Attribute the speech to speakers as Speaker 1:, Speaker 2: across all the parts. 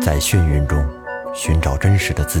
Speaker 1: 在眩晕中寻找真实的自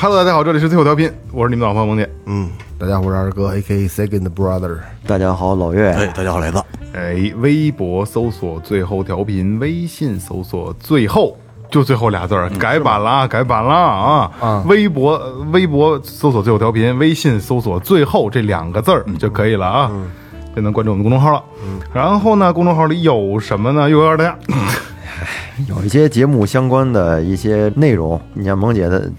Speaker 2: Hello，大家好，这里是最后调频，我是你们老朋友萌姐。
Speaker 3: 大家好，我是二哥，A.K.A. Second Brother。
Speaker 4: 大家好，老岳，
Speaker 1: 哎，大家好，来子，
Speaker 2: 哎，微博搜索最后调频，微信搜索最后，就最后俩字儿，改版了，啊，改版了啊！微博呃微博搜索最后调频，微信搜索最后这两个字儿就可以了啊，就能关注我们公众号了。然后呢，公众号里有什么呢？又告诉大家，
Speaker 4: 有一些节目相关的一些内容，你像萌姐的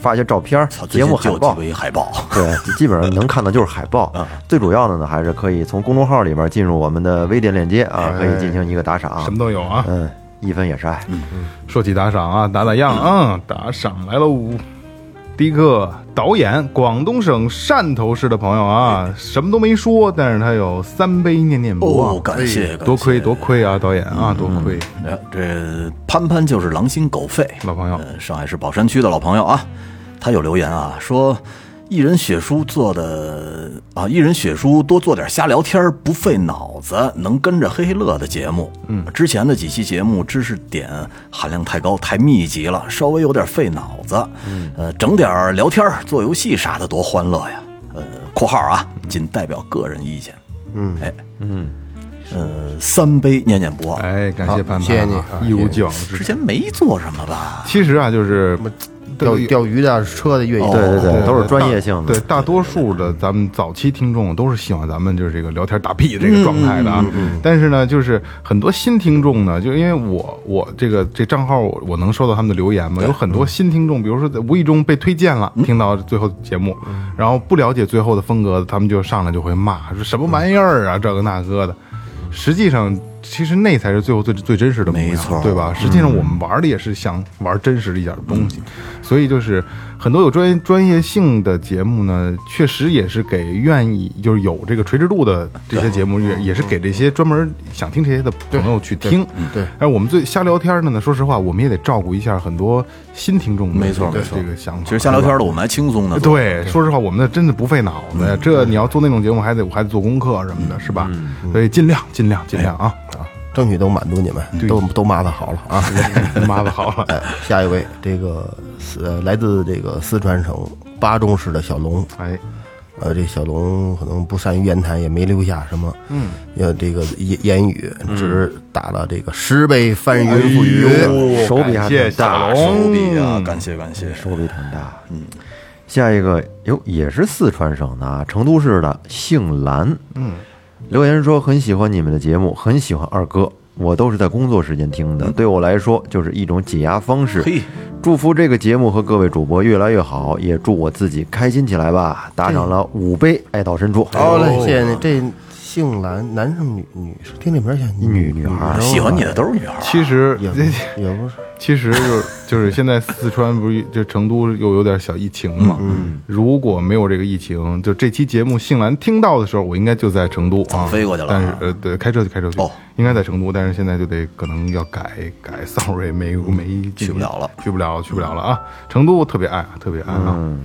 Speaker 4: 发一些照片儿
Speaker 1: 操，，
Speaker 4: 节目海
Speaker 1: 就
Speaker 4: 报
Speaker 1: 就，一海报，
Speaker 4: 对，基本上能看到就是海报。
Speaker 2: 啊
Speaker 4: 最主要的呢，还是可以从公众号里边进入我们的微店链接啊，可以进行一个打赏
Speaker 2: 哎什。么都嗯有啊。
Speaker 4: 嗯，一分也是爱。
Speaker 2: 说起打赏啊，打打样啊，打赏来喽！第一个导演，广东省汕头市的朋友啊，什么都没说，但是他有三杯念念不忘，
Speaker 1: 哦感谢
Speaker 2: 哎
Speaker 1: 感谢
Speaker 2: 多亏多亏啊，导演啊，
Speaker 3: 嗯
Speaker 2: 多亏
Speaker 1: 哎这潘潘就是狼心狗肺，
Speaker 2: 老朋友，
Speaker 1: 呃，上海市宝山区的老朋友啊，他有留言啊，说一人血书做的啊，一人血书多做点瞎聊天儿不费脑子，能跟着嘿嘿乐的节目。嗯，之前的几期节目知识点含量太高太密集了，稍微有点费脑子。嗯，呃，整点儿聊天儿做游戏啥的多欢乐呀。呃，括号啊，仅代表个人意见。嗯，哎，嗯，呃，三杯念念不忘。
Speaker 2: 哎，感谢潘潘啊，
Speaker 3: 谢谢你啊
Speaker 2: 一如既往
Speaker 1: 之
Speaker 2: 之。
Speaker 1: 前没做什么吧？
Speaker 2: 其实啊，就是
Speaker 3: 钓钓鱼的、车的、越野
Speaker 4: 对
Speaker 3: 的，
Speaker 4: 对对，都是专业性的
Speaker 2: 对，大多数的咱们早期听众都是喜欢咱们就是这个聊天打屁这个状态的啊。
Speaker 4: 嗯
Speaker 2: 但是呢，就是很多新听众呢，就因为我我这个这账号我我能收到他们的留言嘛，有很
Speaker 4: 嗯
Speaker 2: 多新听众，比如说在无意中被推荐了，听到最后节目，
Speaker 4: 嗯
Speaker 2: 然后不了解最后的风格，他们就上来就会骂，说什么玩意儿啊，这个那个的。实际上，其实那才是最后最最真实的模样，
Speaker 1: 没错
Speaker 2: 对吧？啊实际上我
Speaker 1: 嗯
Speaker 2: 们玩的也是想玩真实一点的东西，所以就是很多有专专业性的节目呢，确实也是给愿意就是有这个垂直度的这些节目，
Speaker 1: 嗯
Speaker 2: 也也是给这些专门想听这些的朋友去听。
Speaker 1: 嗯
Speaker 3: 对对
Speaker 2: 哎，我们最瞎聊天的呢，说实话，我们也得照顾一下很多新听众的
Speaker 1: 没错
Speaker 2: 这个
Speaker 1: 没错
Speaker 2: 这个想法。
Speaker 1: 其实瞎聊天的我们还轻松呢。做
Speaker 2: 对，说实话，我们那真的不费脑子
Speaker 1: 嗯
Speaker 2: 呀。这你要做那种节目，还得还得做功课什么的，是吧？所以尽量尽量尽量啊，
Speaker 3: 争取都满足你们，都都骂他好了
Speaker 1: 哎
Speaker 3: 啊！
Speaker 2: 妈的好了。
Speaker 3: 哎，下一位，这个四呃来自这个四川省巴中市的小龙，
Speaker 2: 哎，
Speaker 3: 呃，这小龙可能不善于言谈，也没留下什么，嗯，呃，这个言言语，只打了这个十杯翻云覆雨。
Speaker 4: 手笔还
Speaker 2: 哎感谢
Speaker 4: 挺
Speaker 2: 小
Speaker 4: 大，啊
Speaker 2: 龙
Speaker 1: 笔啊，感谢感谢。
Speaker 4: 手笔挺大。嗯，下一个哟，也是四川省的啊，成都市的，姓蓝。嗯，留言说很喜欢你们的节目，很喜欢二哥，我都是在工作时间听的，对我来说就是一种解压方式
Speaker 1: 嘿。
Speaker 4: 祝福这个节目和各位主播越来越好，也祝我自己开心起来吧。打赏了五杯，爱到深处。
Speaker 3: 好嘞，谢谢你。这姓蓝，男生女女生，听这名儿像
Speaker 4: 女女孩儿
Speaker 1: 啊喜欢你的都是女孩儿，
Speaker 2: 其实
Speaker 3: 也不也不是，
Speaker 2: 其实就是 就是现在四川不是就成都又有点小疫情嘛？
Speaker 3: 嗯
Speaker 2: 如果没有这个疫情，就这期节目杏兰听到的时候，我应该就在成都啊，
Speaker 1: 飞过去了
Speaker 2: 但是呃，对，开车就开车去，
Speaker 1: 哦
Speaker 2: 应该在成都，但是现在就得可能要改改，sorry，没 没
Speaker 1: 去不了了，
Speaker 2: 去不了，去不了了啊！成都特别爱，特别爱啊！
Speaker 1: 嗯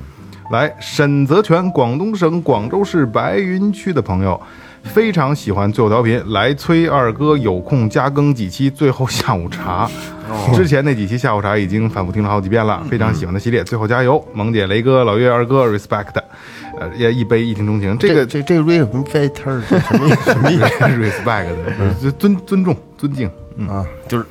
Speaker 2: 来，沈泽全，广东省广州市白云区的朋友，非常喜欢最后调频，来催二哥有空加更几期最后下午茶。之前那几期下午茶已经反复听了好几遍了，非常喜欢的系列，最后加油！萌姐、雷哥、老岳、二哥，respect，呃，也一杯一听钟情，这个
Speaker 3: 这这瑞什么在天儿这什么意思什么意思
Speaker 2: respect 的，就 尊尊重、尊敬。嗯
Speaker 3: 啊？就是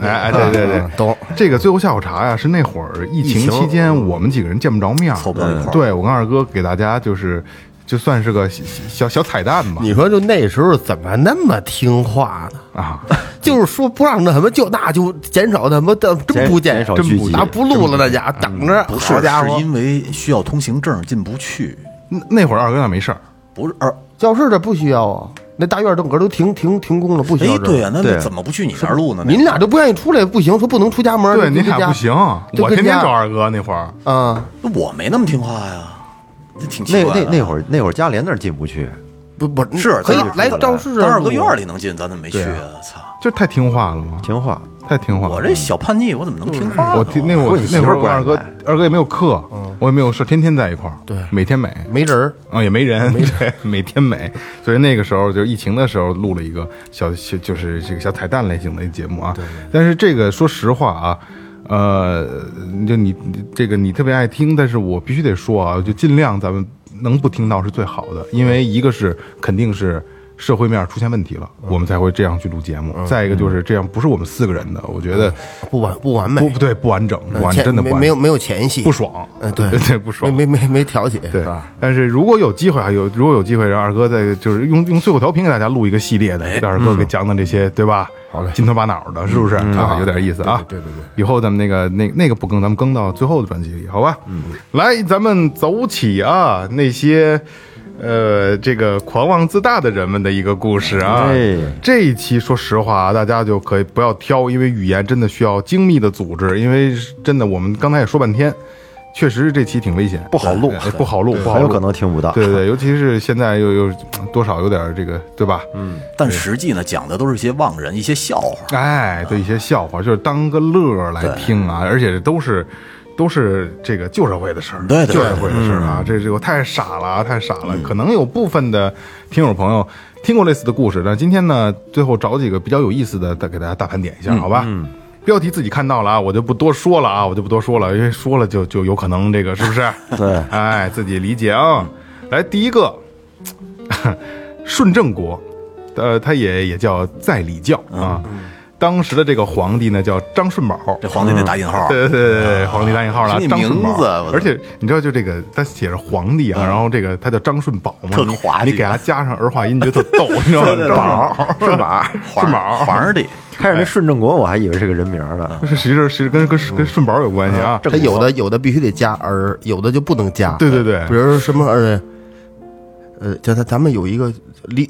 Speaker 2: 哎哎，对对对
Speaker 3: 啊，懂。
Speaker 2: 这个最后下午茶呀，是那会儿疫情期间，我们几个人见不着面儿，
Speaker 1: 凑不到一块儿
Speaker 2: 对我跟二哥给大家就是，就算是个小小小彩蛋吧。
Speaker 3: 你说就那时候怎么那么听话呢？
Speaker 2: 啊，
Speaker 3: 就是说不让那什么，就那就减少他妈的，真
Speaker 4: 减
Speaker 3: 不减
Speaker 4: 减少
Speaker 3: 真
Speaker 4: 聚
Speaker 3: 不
Speaker 4: 集
Speaker 3: 啊不录了，大家等着。
Speaker 1: 嗯不
Speaker 3: 好
Speaker 1: 是，
Speaker 3: 家伙
Speaker 1: 是，因为需要通行证进不去，
Speaker 2: 那那会儿二哥那没事儿，
Speaker 1: 不是啊二。
Speaker 3: 教室这不需要啊，那大院整个都停停停工了，不需要
Speaker 1: 哎，
Speaker 3: 这。
Speaker 1: 对呀，那
Speaker 4: 对
Speaker 1: 那怎么不去你那儿录呢？那
Speaker 3: 您俩就不愿意出来，不行，说不能出家门。
Speaker 2: 对，
Speaker 3: 就
Speaker 2: 你
Speaker 3: 跟
Speaker 2: 俩
Speaker 3: 家
Speaker 2: 不行，
Speaker 3: 就
Speaker 2: 我
Speaker 3: 跟
Speaker 2: 天天
Speaker 3: 家
Speaker 2: 找二哥那会儿，
Speaker 3: 啊，
Speaker 1: 我没那么听话呀，这挺奇
Speaker 4: 那
Speaker 1: 怪
Speaker 4: 那
Speaker 1: 的。
Speaker 4: 那会儿那会儿嘉联那儿进不去，
Speaker 3: 不不
Speaker 1: 是
Speaker 3: 可以
Speaker 1: 咱
Speaker 3: 来肇事
Speaker 1: 咱
Speaker 3: 啊
Speaker 1: 二哥
Speaker 3: 我
Speaker 1: 院里能进，咱怎么没去
Speaker 2: 对
Speaker 1: 啊？操！
Speaker 2: 就太听话了嘛，
Speaker 4: 听话。
Speaker 2: 太听话了。
Speaker 1: 我这小叛逆，我怎么能听话呢？
Speaker 2: 我听那会儿
Speaker 4: 不过
Speaker 2: 我
Speaker 4: 你媳
Speaker 2: 那
Speaker 4: 妇
Speaker 2: 会
Speaker 4: 儿
Speaker 2: 儿
Speaker 4: 不
Speaker 2: 我二哥
Speaker 4: 让你
Speaker 2: 二哥也没有课，我也没有事，天天在一块儿，
Speaker 3: 对
Speaker 2: 每天美。
Speaker 3: 没人儿，
Speaker 2: 啊、也没人，对， 每天美，所以那个时候就是疫情的时候录了一个小小，就是这个小彩蛋类型的节目啊。但是这个说实话啊，呃，就你你这个你特别爱听，但是我必须得说啊，就尽量咱们能不听到是最好的，因为一个是肯定是。社会面出现问题了，
Speaker 3: 嗯
Speaker 2: 我们才会这样去录节目。再一个就是这样，不是我们四个人的，我觉得
Speaker 3: 不完不完
Speaker 2: 不
Speaker 3: 美
Speaker 2: 不，对，不完整，不
Speaker 3: 呃
Speaker 2: 完
Speaker 3: 前
Speaker 2: 真的不
Speaker 3: 嗯没
Speaker 2: 完整
Speaker 3: 没有没有前戏，
Speaker 2: 不爽，
Speaker 3: 呃对
Speaker 2: 对不爽，
Speaker 3: 没没没没调解，是
Speaker 2: 对
Speaker 3: 吧？，
Speaker 2: 但是如果有机会啊，有如果有机会，让二哥再就是用用最后调频给大家录一个系列的，让二哥给讲讲这些，对吧？哎嗯好嘞，金头巴脑的，是不是？啊，有点意思啊。对对对，以后咱们那个那那个不更，咱们更到最后的专辑里，好吧？嗯，来，咱们走起啊，那些。呃，这个狂妄自大的人们的一个故事啊，
Speaker 4: 哎
Speaker 2: 这一期说实话啊，大家就可以不要挑，因为语言真的需要精密的组织，因为是真的我们刚才也说半天，确实是这期挺危险，不好录，不好录，不好
Speaker 4: 很有
Speaker 2: 录，
Speaker 4: 可能听不到。
Speaker 2: 对对，尤其是现在又又多少有点这个，对吧？嗯，
Speaker 1: 但实际呢，讲的都是一些妄人，一些笑话。
Speaker 2: 哎，对一些笑话，就是当个乐儿来听啊，而且都是都是这个旧社会的事儿，
Speaker 1: 对对对
Speaker 2: 旧社会的事儿啊，这这我太傻了啊，太傻了。可能有部分的听友朋友听过类似的故事，但今天呢，最后找几个比较有意思的，再给大家大盘点一下，好吧？嗯。标题自己看到了啊，我就不多说了啊，我就不多说了，因为说了就就有可能这个是不是？
Speaker 4: 对
Speaker 2: 哎，自己理解啊。来，第一个， 顺正国，呃，他也也叫在礼教啊。当时的这个皇帝呢叫张顺宝，
Speaker 1: 这皇帝得打引号，
Speaker 2: 对对对对，皇帝打引号了
Speaker 1: 听，你
Speaker 2: 张顺
Speaker 1: 名
Speaker 2: 宝
Speaker 1: 字我。
Speaker 2: 而且你知道，就这个他写着皇帝啊，然后这个他叫张顺宝嘛，
Speaker 1: 特
Speaker 2: 你
Speaker 1: 滑稽
Speaker 2: 你给他加上儿化音，你觉得特逗，你知道吗？宝顺宝
Speaker 1: 皇
Speaker 2: 顺宝，
Speaker 1: 皇帝
Speaker 4: 开始那顺正国我还以为是个人名儿呢，
Speaker 2: 是其实是跟跟跟顺宝有关系啊。
Speaker 3: 他有的有的必须得加儿，有的就不能加。
Speaker 2: 对对对
Speaker 3: 比如说什么儿，呃，叫他咱们有一个李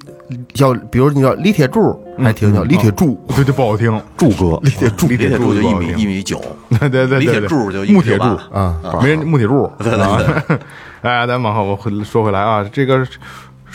Speaker 3: 叫，比如你叫李铁柱，还挺叫李铁柱，
Speaker 2: 这就不好听，
Speaker 4: 柱哥，
Speaker 3: 李铁柱
Speaker 1: 李铁柱就
Speaker 2: 不
Speaker 1: 一
Speaker 2: 好
Speaker 1: 米
Speaker 2: 听
Speaker 1: 一米九，
Speaker 2: 对对对，
Speaker 1: 李铁
Speaker 2: 对
Speaker 1: 柱就
Speaker 2: 木铁柱
Speaker 1: 198
Speaker 2: 啊，没人木铁柱。对对对， 哎，咱往后我回说回来啊，这个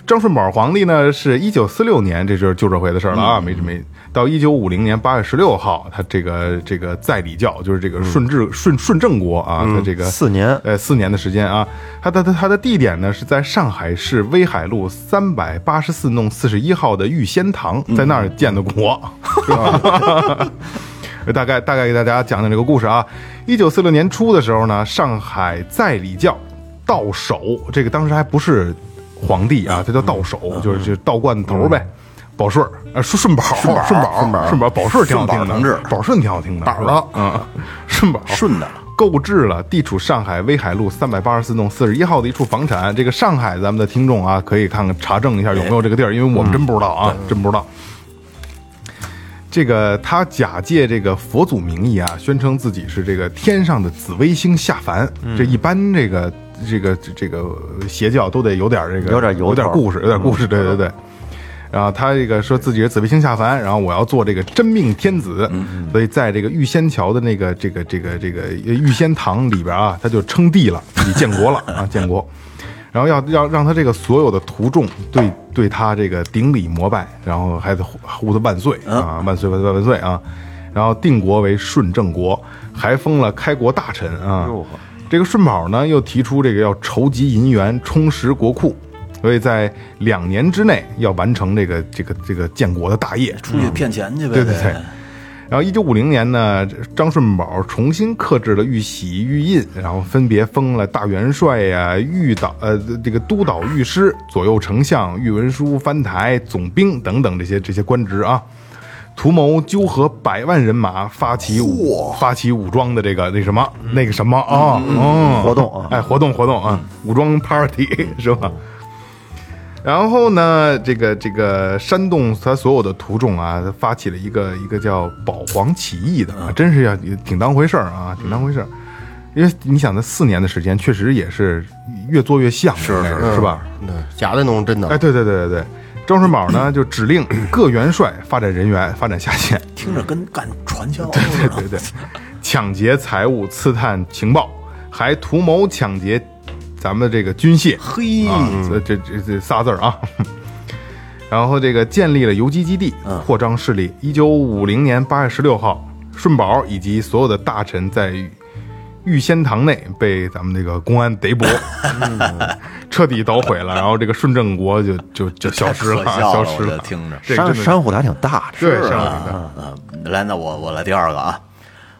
Speaker 2: 张顺宝皇帝呢，是一九四六年，这就是旧社会的事儿了啊，没没到一九五零年八月十六号，他这个这个在礼教，就是这个顺治顺顺正国啊，他这个
Speaker 4: 四年
Speaker 2: 呃 四年的时间啊，他的他他的地点呢是在上海市威海路三百八十四弄四十一号的御仙堂，
Speaker 1: 嗯
Speaker 2: 在那儿建的国，是吧？大概大概给大家讲讲这个故事啊。一九四六年初的时候呢，上海在礼教到手，这个当时还不是皇帝啊，他叫到手，
Speaker 1: 嗯
Speaker 2: 就是就是道观头呗。宝顺儿，呃，顺顺宝，顺宝，顺宝，顺宝，宝顺儿挺好听的，
Speaker 1: 顺宝同志
Speaker 2: 宝顺挺好听的，宝
Speaker 3: 了，
Speaker 2: 嗯，顺宝，
Speaker 1: 顺的
Speaker 2: 购置了地处上海威海路三百八十四栋四十一号的一处房产。这个上海咱们的听众啊，可以看看查证一下有没有这个地儿，因为我们真不知道啊，真不知道。这个他假借这个佛祖名义啊，宣称自己是这个天上的紫微星下凡。
Speaker 4: 嗯
Speaker 2: 这一般这个这个这个邪教都得有点这个
Speaker 4: 有点由
Speaker 2: 有
Speaker 4: 头嗯
Speaker 2: 点故事，有点故事，对对对。然后他这个说自己是紫微星下凡，然后我要做这个真命天子，
Speaker 4: 嗯
Speaker 2: 所以在这个玉仙桥的那个这个这个这个玉仙堂里边啊，他就称帝了，自己建国了啊，建国。然后要要让他这个所有的徒众对对他这个顶礼膜拜，然后还得呼呼他万岁啊，万岁万岁万岁啊！然后定国为顺正国，还封了开国大臣啊。这个顺宝呢，又提出这个要筹集银元，充实国库，所以在两年之内要完成这个这个这个建国的大业。
Speaker 1: 出去骗钱去呗。
Speaker 2: 对对对。然后，一九五零年呢，这张顺宝重新克制了玉玺、玉印，然后分别封了大元帅呀、御导呃这个督导御师、左右丞相、御文书、藩台、总兵等等这些这些官职啊，图谋纠合百万人马发起武发起武装的这个那什么那个什么啊嗯
Speaker 4: 活动啊嗯
Speaker 2: 哎活动活动啊武装 party 是吧？然后呢，这个这个煽动他所有的徒众啊，发起了一个一个叫保皇起义的，啊、真是要挺当回事儿啊，挺当回事儿。因为你想，那四年的时间，确实也是越做越像，是是是吧？
Speaker 3: 对假的弄真的
Speaker 2: 哎，，对对对对对，张顺宝呢就指 令各元帅发展人员，发展下线，
Speaker 1: 听着跟干传销似的。
Speaker 2: 对对，抢劫财物、刺探情报，还图谋抢劫咱们这个军械
Speaker 1: 嘿，
Speaker 2: 啊，这这这这仨字儿啊。 然后这个建立了游击基地，
Speaker 1: 嗯
Speaker 2: 扩张势力。一九五零年八月十六号，顺宝以及所有的大臣在御仙堂内被咱们这个公安逮捕，
Speaker 1: 嗯
Speaker 2: 彻底捣毁了。然后这个顺正国就就就消失了，
Speaker 1: 太可笑
Speaker 2: 消
Speaker 1: 了
Speaker 2: 失
Speaker 1: 我这听着
Speaker 2: 这
Speaker 4: 山
Speaker 2: 真的
Speaker 4: 山虎打挺大的，
Speaker 2: 对，
Speaker 1: 是
Speaker 2: 上
Speaker 1: 啊啊
Speaker 2: 了
Speaker 1: 啊来，那我我来第二个啊，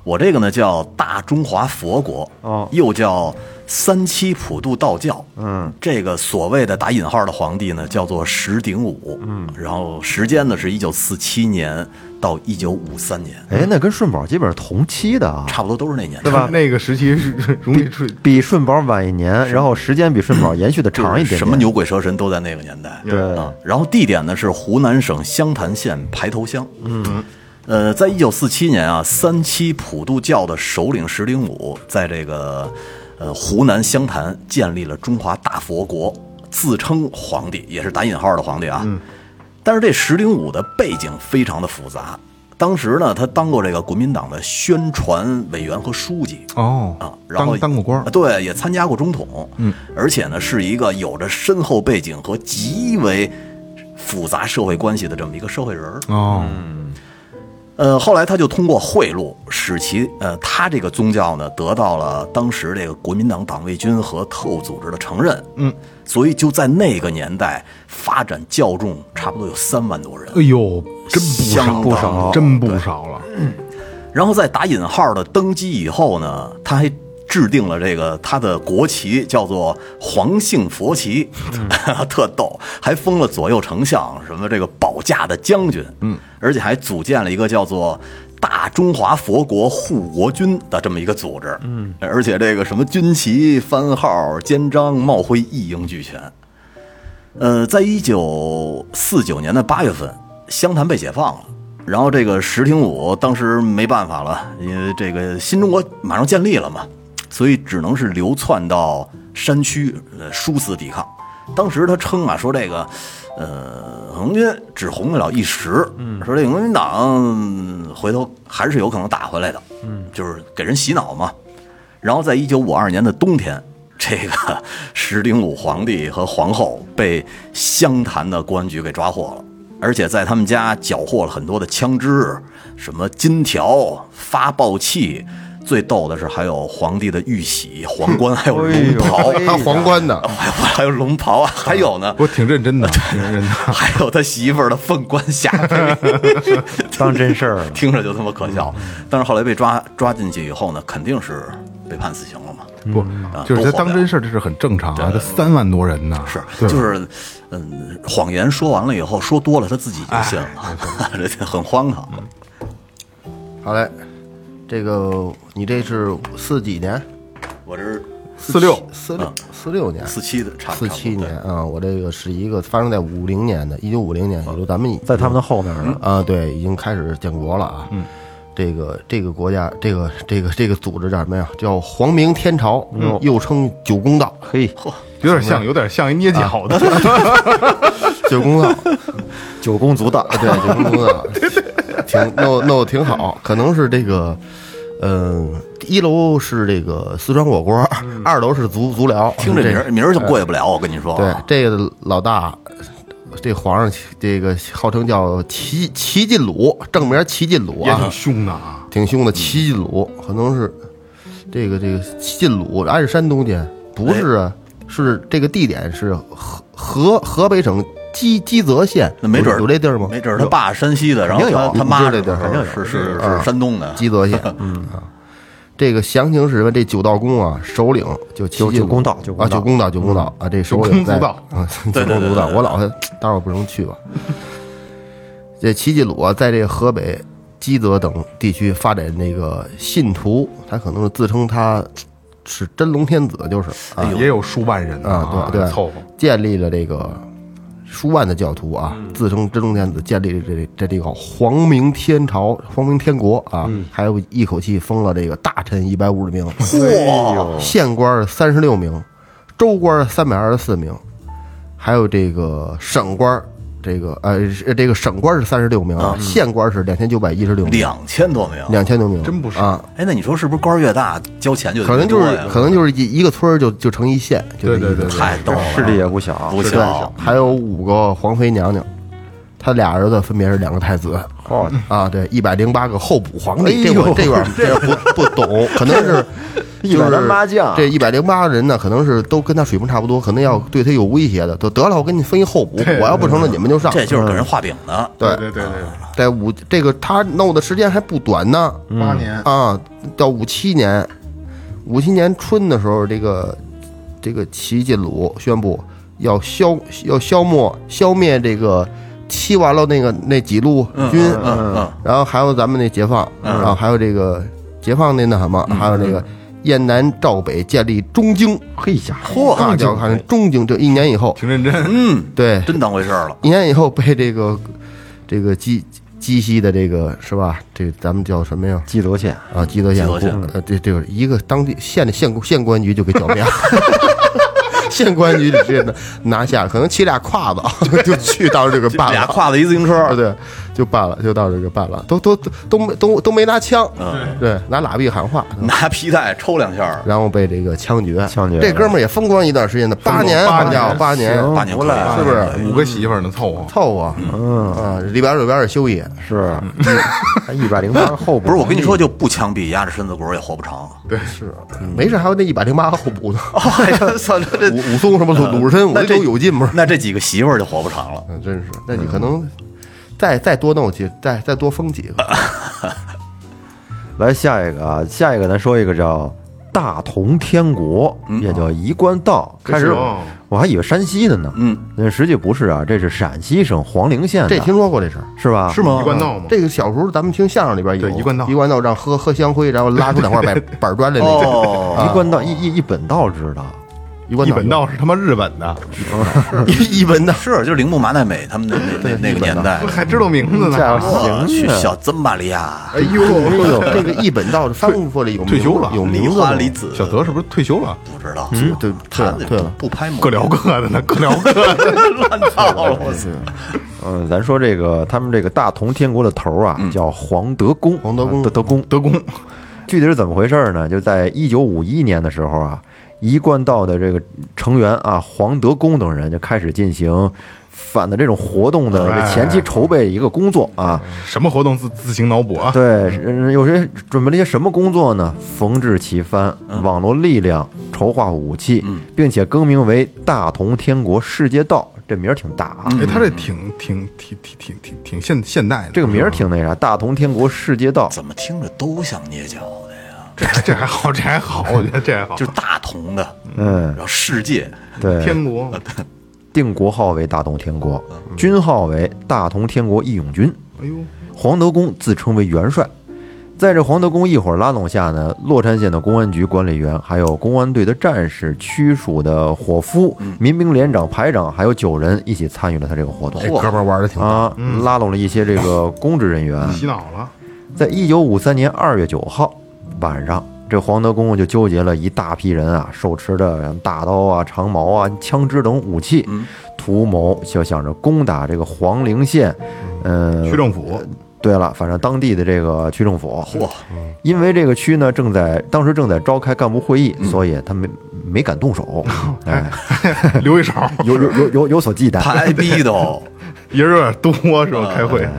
Speaker 1: 我这个呢叫大中华佛国，
Speaker 4: 哦
Speaker 1: 又叫三七普渡道教，嗯，这个所谓的打引号的皇帝呢叫做石鼎武，嗯，然后时间呢是一九四七年到一九五三年，
Speaker 4: 哎，那跟顺宝基本上同期的啊，
Speaker 1: 差不多都是那年代，
Speaker 4: 对吧
Speaker 2: 那个时期是容易出
Speaker 4: 比顺宝晚一年，然后时间比顺宝延续的
Speaker 1: 就是
Speaker 4: 长一点点。
Speaker 1: 什么牛鬼蛇神都在那个年代。
Speaker 4: 对
Speaker 1: 啊，然后地点呢是湖南省湘潭县排头乡。嗯，呃，在一九四七年啊，三七普渡教的首领石灵武在这个呃湖南湘潭建立了中华大佛国，自称皇帝，也是打引号的皇帝啊。但是这石灵武的背景非常的复杂。当时呢，他当过这个国民党的宣传委员和书记，
Speaker 2: 哦
Speaker 1: 啊，然后
Speaker 2: 当当过官儿
Speaker 1: 啊，对，也参加过中统，嗯，而且呢，是一个有着深厚背景和极为复杂社会关系的这么一个社会人儿。
Speaker 2: 哦，
Speaker 1: 呃，后来他就通过贿赂，使其呃，他这个宗教呢，得到了当时这个国民党党卫军和特务组织的承认，嗯，所以就在那个年代发展教众，差不多有三万多人。
Speaker 2: 哎呦，真
Speaker 1: 相
Speaker 2: 不
Speaker 1: 当
Speaker 2: 少，
Speaker 1: 少
Speaker 2: 真不少了。
Speaker 1: 然后在打引号的登基以后呢，他还制定了这个他的国旗，叫做黄姓佛旗， 特逗，还封了左右丞相，什么这个保驾的将军，嗯，而且还组建了一个叫做。大中华佛国护国军的这么一个组织，嗯，而且这个什么军旗、番号、肩章、帽徽一应俱全，呃，在一九四九年的八月份，湘潭被解放了。然后这个石廷武当时没办法了，因为这个新中国马上建立了嘛，所以只能是流窜到山区，呃，殊死抵抗。当时他称啊，说这个，呃，红军只红得了一时，说这个国民党回头还是有可能打回来的，嗯，就是给人洗脑嘛。然后在一九五二年的冬天，这个 石鼎武皇帝和皇后被湘潭的公安局给抓获了，而且在他们家缴获了很多的枪支、什么金条、发报器。最逗的是，还有皇帝的玉玺、皇冠，还有龙袍，
Speaker 4: 哎
Speaker 3: 还有皇冠呢，
Speaker 1: 还有 还有龙袍 啊，还有呢，
Speaker 2: 我挺认真的，挺认真的。
Speaker 1: 还有他媳妇儿的凤冠霞帔，。
Speaker 4: 当真事儿了
Speaker 1: 听着就他妈可笑。但是后来被抓抓进去以后呢，肯定是被判死刑了嘛。
Speaker 2: 不，
Speaker 1: 啊
Speaker 2: 就是他
Speaker 1: 都火
Speaker 2: 当
Speaker 1: 的
Speaker 2: 真事儿，这是很正常啊。他三万多人呢，
Speaker 1: 是，
Speaker 2: 对吧
Speaker 1: 就是，嗯，谎言说完了以后，说多了他自己就信了，这就很荒唐。
Speaker 3: 嗯好嘞，这个你这是四几年？
Speaker 1: 我这是
Speaker 2: 四六
Speaker 3: 四六四六年，
Speaker 1: 四七的，差不
Speaker 3: 四
Speaker 1: 多
Speaker 3: 七年啊，我这个是一个发生在五零年的，一九五零年，也就咱们已
Speaker 4: 在他们的后面
Speaker 1: 嗯
Speaker 4: 呢，
Speaker 3: 啊，对，已经开始建国了啊。嗯，这个这个国家，这个这个这个组织叫什么呀？叫皇明天朝，又称九公道。
Speaker 4: 嘿，
Speaker 2: 有点像，有点像一捏脚的。
Speaker 3: 九公道，
Speaker 4: 九宫族大，
Speaker 3: 对， 九公道，挺弄弄得挺好。可能是这个，嗯、一楼是这个四川火锅，二楼是足足疗。
Speaker 1: 嗯听这名儿名儿就过意不了，我跟你说。
Speaker 3: 嗯
Speaker 1: 啊
Speaker 3: 对，这个老大，这皇上这个号称叫齐齐晋鲁，正名齐晋鲁
Speaker 2: 也
Speaker 3: 啊
Speaker 2: 挺，凶的啊！
Speaker 3: 挺
Speaker 1: 嗯
Speaker 3: 凶的。齐晋鲁可能是这个这个齐晋鲁，挨着山东去，不是
Speaker 1: 哎
Speaker 3: 啊，是这个地点是河河河北省鸡鸡泽县，
Speaker 1: 那没准儿
Speaker 3: 有有这地儿吗？
Speaker 1: 没准儿他爸山西的，然后
Speaker 4: 肯定有
Speaker 1: 他他妈
Speaker 3: 你知道这地儿
Speaker 1: 是是是是山东的，
Speaker 3: 嗯 鸡泽县，嗯啊。这个详情是什么？这九道宫啊，首领就齐
Speaker 4: 九
Speaker 3: 晋
Speaker 4: 九
Speaker 3: 鲁
Speaker 4: 公道九公
Speaker 3: 啊，
Speaker 4: 道嗯
Speaker 3: 九公道九公道啊，这首领
Speaker 2: 九公
Speaker 3: 在
Speaker 2: 道
Speaker 3: 啊，
Speaker 1: 对对
Speaker 3: 九公
Speaker 1: 对
Speaker 3: 主道，
Speaker 1: 对对
Speaker 3: 我老是待会儿不能去吧。这齐济鲁啊，在这个河北、基泽等地区发展那个信徒，他可能是自称他是真龙天子，就是啊，
Speaker 2: 也有数万人呢
Speaker 3: 啊，对对，
Speaker 2: 凑合。
Speaker 3: 建立了这个数万的教徒啊，自称真龙天子，建立了这这这个皇明天朝、皇明天国啊，还有一口气封了这个大臣一百五十名，嚯，县官三十六名，州官三百二十四名，还有这个省官。这个呃是这个省官是三十六名啊，县官是两千九百一十六名，
Speaker 1: 两千多名。
Speaker 3: 两千多名，
Speaker 2: 真不少
Speaker 3: 啊。
Speaker 1: 哎，那你说是不是官儿越大交钱就
Speaker 3: 可能就
Speaker 1: 越
Speaker 3: 是
Speaker 1: 多呀
Speaker 3: 可能哎就是一一个村儿就就成一县，就
Speaker 2: 对
Speaker 3: 这
Speaker 2: 对对
Speaker 3: 意思
Speaker 2: 对，
Speaker 1: 太逗了，
Speaker 4: 势力也不小，
Speaker 1: 不小。
Speaker 3: 还有五个皇妃娘娘，她俩儿子分别是两个太子。
Speaker 4: 哦，
Speaker 3: 啊，对，一百零八个候补皇帝，
Speaker 4: 哎
Speaker 3: 这
Speaker 4: 呦
Speaker 3: 我这边这边不不懂，可能 是就
Speaker 4: 108
Speaker 3: 是
Speaker 4: 将
Speaker 3: 这一百零八人呢，可能是都跟他水平差不多，可能要对他有威胁的，得得了，我给你分一候补，我要不成了你们就上，
Speaker 1: 这就是给人画饼的，
Speaker 3: 嗯对
Speaker 2: 对对对，
Speaker 3: 在五这个他弄的时间还不短呢，
Speaker 2: 八年
Speaker 3: 啊，到五七年，五七年春的时候，这个这个齐晋鲁宣布要消要消灭消灭这个七完了那个那几路
Speaker 1: 嗯
Speaker 3: 军，
Speaker 1: 嗯嗯嗯，
Speaker 3: 然后还有咱们那解放，然后还有这个解放那那什么，还有这个燕南赵北建立中京，啊
Speaker 4: 嘿呀，
Speaker 3: 大家看中京这一年以后，
Speaker 2: 挺认真，
Speaker 1: 嗯，
Speaker 3: 对，
Speaker 1: 真当回事儿了。
Speaker 3: 一年以后被这个这个鸡鸡西的这个是吧？这咱们叫什么呀？
Speaker 4: 基德
Speaker 1: 嗯
Speaker 4: 县
Speaker 3: 啊，基德县
Speaker 1: 基德县
Speaker 3: 呃，这这个一个当地县的县县公安局就给剿灭了，县公安局就直接拿下，可能骑俩胯子 就就去到这个 办
Speaker 1: 俩
Speaker 3: 了，
Speaker 1: 挎子一自行车，
Speaker 3: 啊，对，就办了，就到这个办了，都都都都没都都没拿枪，
Speaker 1: 嗯
Speaker 3: 对，拿喇叭喊话，
Speaker 1: 拿皮带抽两下儿，
Speaker 3: 然后被这个枪决，
Speaker 4: 枪决
Speaker 3: 这哥们儿也风光一段时间呢，八年，
Speaker 2: 八
Speaker 3: 好家伙，
Speaker 2: 年
Speaker 3: 八年，
Speaker 1: 八年啊
Speaker 4: 不
Speaker 1: 回
Speaker 4: 赖
Speaker 1: 来
Speaker 3: 嗯是不是？
Speaker 2: 啊五个媳妇儿能凑合，
Speaker 3: 凑合，嗯啊，里边儿有边儿也休息，
Speaker 4: 是一百零八
Speaker 1: 嗯
Speaker 4: 后
Speaker 1: 不是，我跟你说，就不枪毙，压着身子骨儿也活不长。啊
Speaker 2: 对，
Speaker 3: 啊没事，还有那一百零八个候补呢，
Speaker 1: 操，这
Speaker 3: 武武松什么鲁鲁智深，
Speaker 1: 嗯
Speaker 3: 我
Speaker 1: 那
Speaker 3: 这
Speaker 1: 这
Speaker 3: 都有劲不是？
Speaker 1: 那这几个媳妇儿就活不长了。
Speaker 3: 嗯，真是。那你可能再再多弄几，再再多封几个，
Speaker 4: 来下一个啊，下一个咱说一个叫大同天国，
Speaker 1: 嗯
Speaker 4: 也叫一贯道。
Speaker 2: 这
Speaker 4: 开
Speaker 2: 是
Speaker 4: 始
Speaker 2: 哦
Speaker 4: 我还以为山西的呢，
Speaker 1: 嗯，
Speaker 4: 那实际不是啊，这是陕西省黄陵县的，
Speaker 3: 这听说过这事儿。
Speaker 4: 是吧？
Speaker 1: 是吗
Speaker 2: 一？贯道嘛，
Speaker 3: 这个小时候咱们听相声里边有
Speaker 2: 对一贯道
Speaker 3: 一贯道让喝喝香灰，然后拉出两块板板砖来那个
Speaker 1: 哦，
Speaker 4: 一贯道一一一本道知道，
Speaker 3: 一贯
Speaker 2: 一
Speaker 3: 道
Speaker 2: 本道是他妈日本的，
Speaker 3: 一本道
Speaker 1: 是，就是铃木麻奈美他们那那那那个年代。
Speaker 2: 还知道名 字呢，
Speaker 4: 家伙
Speaker 1: 我去，
Speaker 4: 行啊
Speaker 1: 小曾玛利亚，啊
Speaker 2: 哎 呦，
Speaker 3: 这个一本道翻过来有名
Speaker 2: 退休了
Speaker 3: 有
Speaker 1: 梨
Speaker 3: 名字
Speaker 1: 花
Speaker 3: 吗
Speaker 1: 离子，
Speaker 2: 小泽是不是退休了？
Speaker 1: 不知道，
Speaker 3: 对退
Speaker 1: 他
Speaker 3: 了退了。
Speaker 1: 不拍
Speaker 2: 各
Speaker 1: 各
Speaker 2: 聊各的呢，各聊各的。
Speaker 1: 乱套了，我操！
Speaker 4: 嗯，咱说这个他们这个大同天国的头儿啊，叫黄德公，
Speaker 3: 黄德公
Speaker 4: 啊德德公，
Speaker 2: 德公
Speaker 4: 具体是怎么回事儿呢？就在一九五一年的时候啊，一贯道的这个成员啊，黄德公等人就开始进行反的这种活动的
Speaker 2: 哎
Speaker 4: 前期筹备一个工作啊。
Speaker 2: 什么活动自自行脑补啊？
Speaker 4: 对，嗯有些准备了一些什么工作呢？缝制旗帆，网罗力量，筹划武器，并且更名为大同天国世界道，这名儿挺大啊。
Speaker 2: 哎，他这挺挺挺挺挺挺挺现现代的，
Speaker 4: 这个名儿挺那啥，大同天国世界道，
Speaker 1: 怎么听着都像捏脚的呀？
Speaker 2: 这还这还好，这还好，我觉得这还好。
Speaker 1: 就是大同的，
Speaker 4: 嗯
Speaker 1: 然，后世界，
Speaker 4: 对，
Speaker 2: 天国
Speaker 4: 定国号为大同天国，军号为大同天国义勇军。
Speaker 2: 哎呦，
Speaker 4: 黄德公自称为元帅。在这黄德公一伙拉拢下呢，洛杉县的公安局管理员，还有公安队的战士、区属的伙夫、民兵连长、排长，还有九人一起参与了他这个活动
Speaker 3: 这哥们儿玩的挺好，
Speaker 4: 啊，拉拢了一些这个公职人员。
Speaker 2: 洗脑了，
Speaker 4: 在一九五三年二月九号晚上，这黄德公公就纠结了一大批人啊，手持着大刀啊、长矛啊、枪支等武器，图谋就想着攻打这个黄陵县，呃，
Speaker 2: 区政府
Speaker 4: 对了，反正当地的这个区政府，
Speaker 1: 嚯，
Speaker 4: 因为这个区呢正在当时正在召开干部会议，所以他没没敢动手，哎，
Speaker 1: 呃
Speaker 2: 留一手，
Speaker 4: 有有有有有所忌惮。
Speaker 1: 排逼哦都，
Speaker 2: 也有点多是吧？开会，
Speaker 1: 呃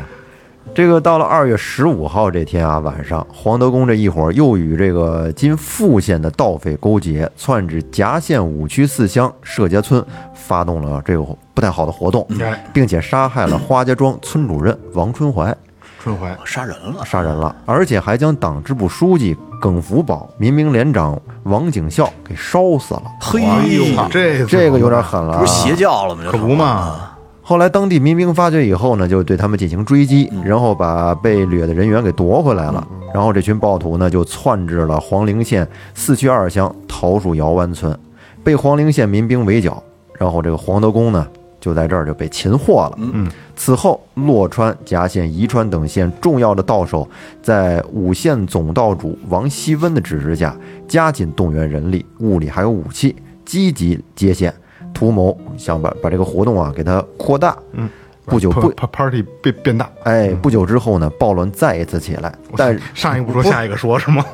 Speaker 4: 这个到了二月十五号这天啊晚上，黄德公这一伙又与这个今富县的盗匪勾结，窜至夹县五区四乡社家村，发动了这个不太好的活动，
Speaker 2: 哎，
Speaker 4: 并且杀害了花家庄村主任王春怀。
Speaker 2: 春怀
Speaker 1: 杀人了，
Speaker 4: 杀人了，而且还将党支部书记耿福宝、民兵连长王景孝给烧死了。
Speaker 1: 嘿，
Speaker 2: 哎这
Speaker 4: 这个有点狠了、啊，
Speaker 1: 不是邪教了吗？这
Speaker 2: 可不嘛，
Speaker 4: 后来当地民兵发觉以后呢，就对他们进行追击，然后把被掠的人员给夺回来了。然后这群暴徒呢，就窜至了黄陵县四区二乡桃树窑湾村，被黄陵县民兵围剿。然后这个黄德公呢，就在这儿就被擒获了。嗯，此后，洛川、夹县、宜川等县重要的道手，在五县总道主王希温的指示下，加紧动员人力、物力还有武器，积极接县。图谋想把把这个活动啊给它扩大，嗯，不久不
Speaker 2: pa- pa- party 变变大。
Speaker 4: 哎，不久之后呢，暴乱再一次起来，但
Speaker 2: 上一步说下一个说是吗？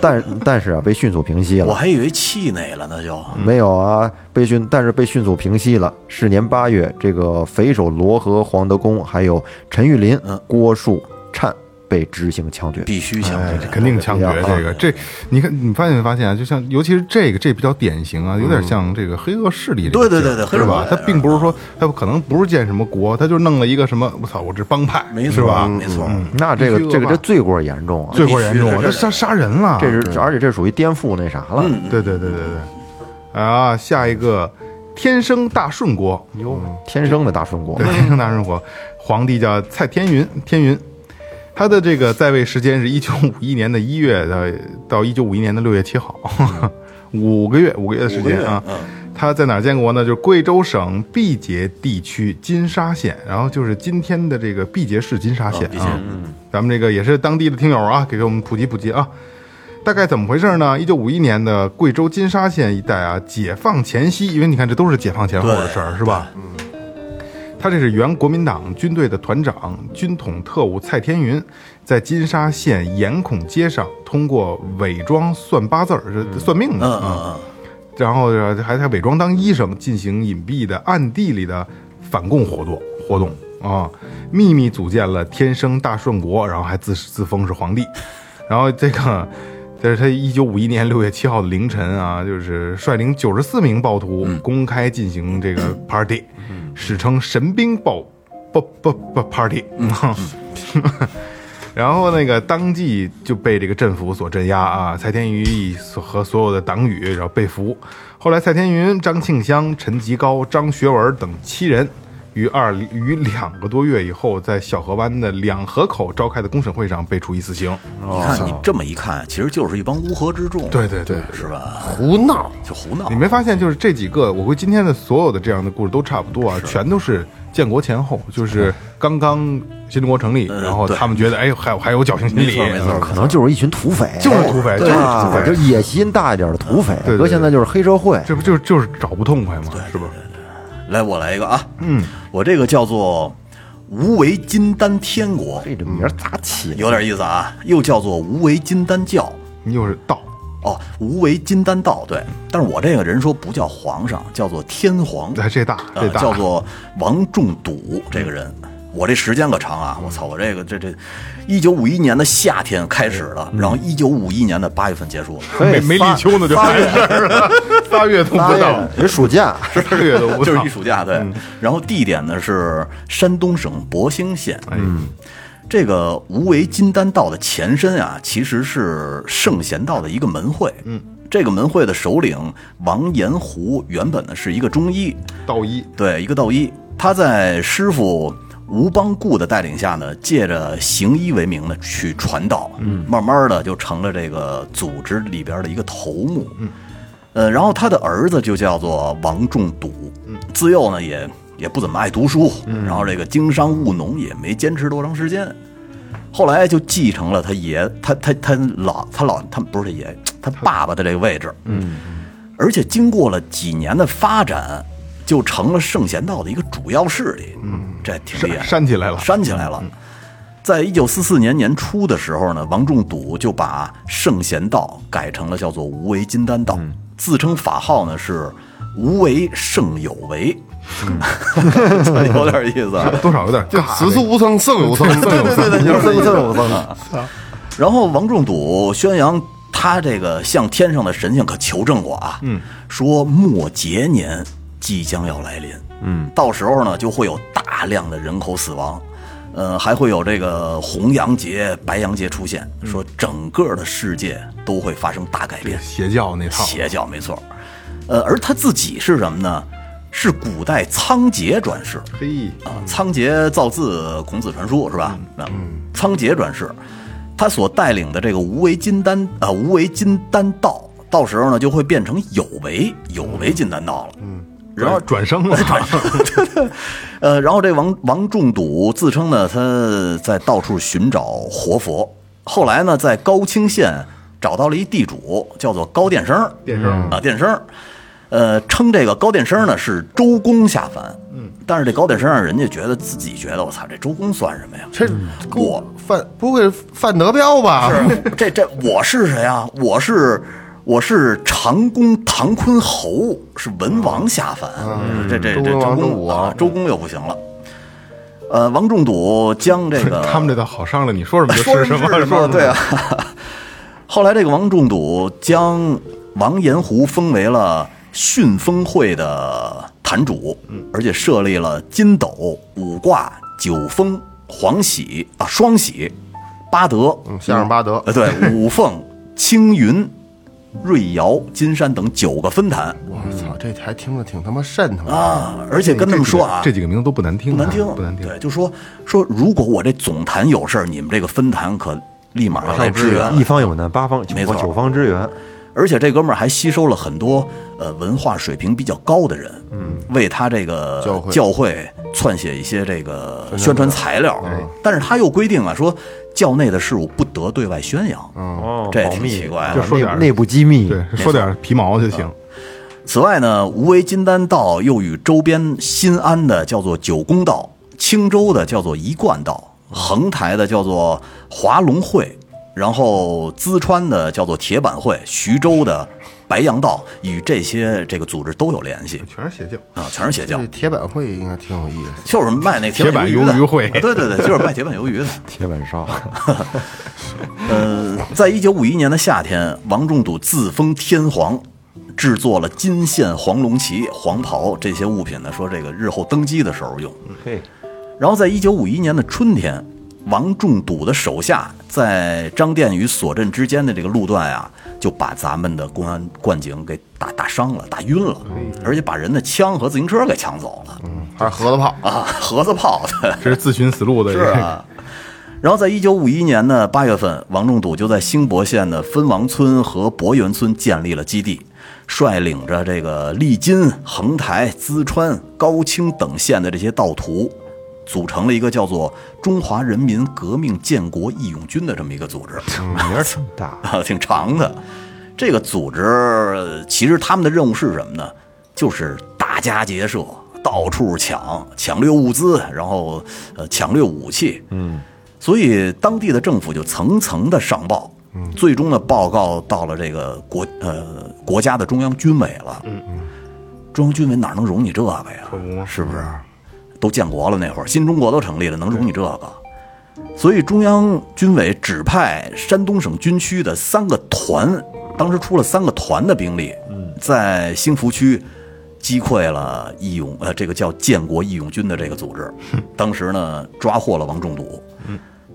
Speaker 4: 但但是啊，被迅速平息
Speaker 1: 我
Speaker 4: 了。
Speaker 1: 还以为气馁了呢，就
Speaker 2: 嗯
Speaker 4: 没有啊，被迅，但是被迅速平息了。是年八月，这个匪首罗和黄德功还有陈玉林、
Speaker 2: 嗯
Speaker 4: 郭树灿被执行枪决。
Speaker 1: 必须想这
Speaker 2: 哎
Speaker 1: 个，
Speaker 2: 肯定枪决这个这，你看你发现没发现啊？就像尤其是这个，这比较典型啊，有点像这个黑恶势力
Speaker 1: 嗯
Speaker 2: 这个
Speaker 1: 对对
Speaker 2: 劲儿
Speaker 1: 对对
Speaker 2: 是
Speaker 1: 黑恶势？
Speaker 2: 吧
Speaker 1: 力
Speaker 2: 他并不是说他可能不是建什么国，他就弄了一个什么，我操，我这帮派
Speaker 1: 没
Speaker 2: 是
Speaker 1: 错
Speaker 2: 吧？嗯
Speaker 1: 没错，
Speaker 4: 那这个
Speaker 2: 必须恶
Speaker 4: 这个
Speaker 2: 霸
Speaker 4: 这罪过严重啊，
Speaker 2: 罪过严重啊，
Speaker 1: 必
Speaker 2: 嗯
Speaker 1: 须
Speaker 2: 这
Speaker 1: 的
Speaker 2: 杀杀人了，
Speaker 4: 这是而且这属于颠覆那啥了。
Speaker 2: 对对对对对，啊，下一个天生大顺国，嗯
Speaker 4: 哟，天生的大顺国
Speaker 2: 对，，天生大顺国，皇帝叫蔡天云，天云，他的这个在位时间是一九五一年的一月的到一九五一年的六月七号， 五个月五个月的时间啊。他在哪儿建国呢？就是贵州省毕节地区金沙县，然后就是今天的这个毕节市金沙县
Speaker 1: 毕节
Speaker 2: 啊。咱们这个也是当地的听友啊，给给我们普及普及啊。大概怎么回事呢？一九五一年的贵州金沙县一带啊，解放前夕，因为你看这都是解放前后的事儿，是吧？他这是原国民党军队的团长、军统特务蔡天云，在金沙县盐孔街上通过伪装算八字儿、是算命的
Speaker 1: 嗯
Speaker 2: 啊。
Speaker 1: 嗯
Speaker 2: 然后呃还还伪装当医生进行隐蔽的暗地里的反共活动活动啊，秘密组建了天生大顺国，然后还自自封是皇帝， 然后这个。这是他一九五一年六月七号的凌晨啊，就是率领九十四名暴徒公开进行这个 party，、史称“神兵暴暴暴暴 party”、然后那个当即就被这个政府所镇压啊，蔡天云以所和所有的党羽然后被俘。后来，蔡天云、张庆香、陈吉高、张学文等七人于二于两个多月以后，在小河湾的两河口召开的公审会上被处以死刑。
Speaker 1: 嗯，你看你这么一看，其实就是一帮乌合之众，
Speaker 2: 对对对，
Speaker 1: 是吧？
Speaker 3: 胡闹，
Speaker 1: 就胡闹
Speaker 2: 你，没发现就是这几个？我估计今天的所有的这样的故事都差不多啊，全都是建国前后，就是刚刚新中国成立，
Speaker 1: 嗯
Speaker 2: 然后
Speaker 1: 对
Speaker 2: 他们觉得哎呦还有还有侥幸心理，
Speaker 1: 没错没错
Speaker 4: 可能就是一群土匪，
Speaker 2: 就是土匪，就是土
Speaker 4: 啊，
Speaker 2: 匪
Speaker 4: 就，野心大一点的土匪。
Speaker 2: 对对
Speaker 4: 哥现在就是黑社会，
Speaker 2: 这不就就是找不痛快吗？是不是？
Speaker 1: 来，我来一个啊，嗯，我这个叫做无为金丹天国，
Speaker 4: 这名儿咋起的？
Speaker 1: 有点意思啊，又叫做无为金丹教，
Speaker 2: 你又是道，
Speaker 1: 哦，无为金丹道，对，但是我这个人说不叫皇上，叫做天皇，
Speaker 2: 哎，这大
Speaker 1: 呃
Speaker 2: 这，大，
Speaker 1: 叫做王仲笃这个人。我这时间可长啊！我操，我这个这这，一九五一年的夏天开始了，
Speaker 2: 嗯
Speaker 1: 然后一九五一年的八月份结束 了。
Speaker 4: 嘿
Speaker 2: 没没立
Speaker 4: 仨
Speaker 2: 秋呢就完事儿了，仨月都不
Speaker 4: 仨
Speaker 2: 到
Speaker 4: 呀，，人暑假。
Speaker 2: 仨月都不到，
Speaker 1: 就是一暑假，对。
Speaker 2: 嗯
Speaker 1: 然后地点呢是山东省博兴县。
Speaker 2: 哎
Speaker 1: 嗯，这个无为金丹道的前身啊，其实是圣贤道的一个门会。嗯，这个门会的首领王延湖原本呢是一个中医，
Speaker 2: 道一
Speaker 1: 对，一个道医。他在师傅吴邦固的带领下呢，借着行医为名呢去传道，嗯，慢慢的就成了这个组织里边的一个头目，嗯，呃，然后他的儿子就叫做王仲笃，嗯，自幼呢也也不怎么爱读书，嗯，然后这个经商务农也没坚持多长时间，后来就继承了他爷，他他他老他老他不是他爷，他爸爸的这个位置，嗯，而且经过了几年的发展，就成了圣贤道的一个主要势力，嗯，这挺厉害
Speaker 2: 扇，扇起来了，
Speaker 1: 煽起来了。嗯在一九四四年年初的时候呢，王仲笃就把圣贤道改成了叫做无为金丹道，自称法号呢是无为胜有为， 这有点意思啊。
Speaker 2: 多少有点
Speaker 3: 就
Speaker 2: 尬，
Speaker 3: 此处无 僧胜有僧，
Speaker 1: 对对 对对，就是这意
Speaker 4: 蹭
Speaker 1: 思
Speaker 4: 蹭蹭蹭，
Speaker 1: 啊然后王仲笃宣扬他这个向天上的神仙可求证过啊，嗯，说末劫年即将要来临，嗯，到时候呢就会有大量的人口死亡，呃，还会有这个红羊节、白羊节出现，说整个的世界都会发生大改变，
Speaker 2: 邪教那套，
Speaker 1: 邪教没错，呃，而他自己是什么呢？是古代仓颉转世，
Speaker 2: 嘿，
Speaker 1: 啊，仓颉造字，孔子传书是吧？啊，仓颉转世，他所带领的这个无为金丹啊、无为金丹道，到时候呢就会变成有为有为金丹道了。嗯，然后
Speaker 2: 转转生了，
Speaker 1: 呃，然后这王王仲笃自称呢，他在到处寻找活佛。后来呢，在高清县找到了一地主，叫做高殿生。
Speaker 2: 电生
Speaker 1: 啊，电声。呃，称这个高殿生呢是周公下凡，嗯，但是这高殿生让人家觉得自己觉得我操，这周公算什么呀？
Speaker 3: 这
Speaker 1: 我
Speaker 3: 范嗯不会范德彪吧？
Speaker 1: 是啊 这这我是谁啊？我是我是长公唐坤侯，是文王下凡。这这这
Speaker 3: 周
Speaker 1: 周
Speaker 3: 文王周武
Speaker 1: 公
Speaker 3: 王
Speaker 1: 啊，周公又不行了。呃，王仲笃将这个
Speaker 2: 他们这倒好商量，你说什么就
Speaker 1: 啊说
Speaker 2: 是什么，
Speaker 1: 是
Speaker 2: 说什么
Speaker 1: 对啊。 后来这个王仲笃将王延胡封为了训风会的坛主，而且设立了金斗、五卦、九风、黄喜啊、双喜、八德，
Speaker 3: 相声巴德
Speaker 1: 呃，对，五凤、青云、瑞瑶、金山等九个分坛
Speaker 3: 我操，这还听着挺他妈瘆他妈。
Speaker 1: 啊，而且跟他们说啊，
Speaker 2: 这几个名字都不难听
Speaker 1: 不
Speaker 2: 啊，
Speaker 1: 难听，
Speaker 2: 不难听。
Speaker 1: 对，就说说，如果我这总坛有事儿，你们这个分坛可立马要来支援。
Speaker 4: 一方有难，八方
Speaker 1: 没
Speaker 4: 九
Speaker 1: 错
Speaker 4: 九方支援，啊
Speaker 1: 而且这哥们儿还吸收了很多呃文化水平比较高的人，嗯，为他这个
Speaker 3: 教会
Speaker 1: 篡写一些这个宣传哎材料。但是他又规定啊，说教内的事物不得对外宣扬，
Speaker 4: 哦
Speaker 1: 这也
Speaker 4: 保
Speaker 1: 挺
Speaker 4: 密
Speaker 1: 奇怪
Speaker 2: 就
Speaker 1: 的。
Speaker 2: 说点
Speaker 4: 内
Speaker 2: 儿
Speaker 4: 内部机密，
Speaker 2: 对，说点皮毛就
Speaker 1: 啊
Speaker 2: 行。
Speaker 1: 此外呢，无为金丹道又与周边新安的叫做九宫道，青州的叫做一贯道，横台的叫做华龙会，然后淄川的叫做铁板会，徐州的白杨道，与这些这个组织都有联系。
Speaker 2: 全是邪教，
Speaker 1: 啊，全是邪教
Speaker 3: 这，铁板会应该挺有意思，
Speaker 1: 就是卖那
Speaker 2: 铁板
Speaker 1: 鱿
Speaker 2: 鱿鱼会
Speaker 1: 的啊对对对，就是卖铁板鱿鱼 的。
Speaker 4: 铁板烧，
Speaker 1: 呃，在一九五一年的夏天，王仲笃自封天皇，制作了金线、黄龙旗、黄袍这些物品呢，说这个日后登基的时候用。
Speaker 2: 嗯
Speaker 4: 嘿，
Speaker 1: 然后在一九五一年的春天，王仲笃的手下在张店与索镇之间的这个路段啊，就把咱们的公安灌警给打打伤了，打晕了，而且把人的枪和自行车给抢走了
Speaker 3: 还是盒子炮。
Speaker 1: 啊， 盒子炮的。
Speaker 2: 这是自寻死路的。
Speaker 1: 是啊。 然后在一九五一年的八月份，王仲笃就在兴博县的分王村和博源村建立了基地，率领着这个利津、横台、淄川、高清等县的这些盗徒，组成了一个叫做中华人民革命建国义勇军的这么一个组织。
Speaker 4: 嗯名儿挺大，
Speaker 1: 啊， 挺长的。这个组织呃其实他们的任务是什么呢？就是打家劫舍，到处抢，抢掠物资，然后呃抢掠武器。嗯，所以当地的政府就层层的上报，最终呢报告到了这个国呃国家的中央军委了。嗯嗯，中央军委哪能容你这个呀？是不是？都建国了那会儿，新中国都成立了，能容你这个？所以中央军委指派山东省军区的三个团，当时出了三个团的兵力，在兴福区击溃了义勇呃这个叫建国义勇军的这个组织。当时呢，抓获了王仲笃。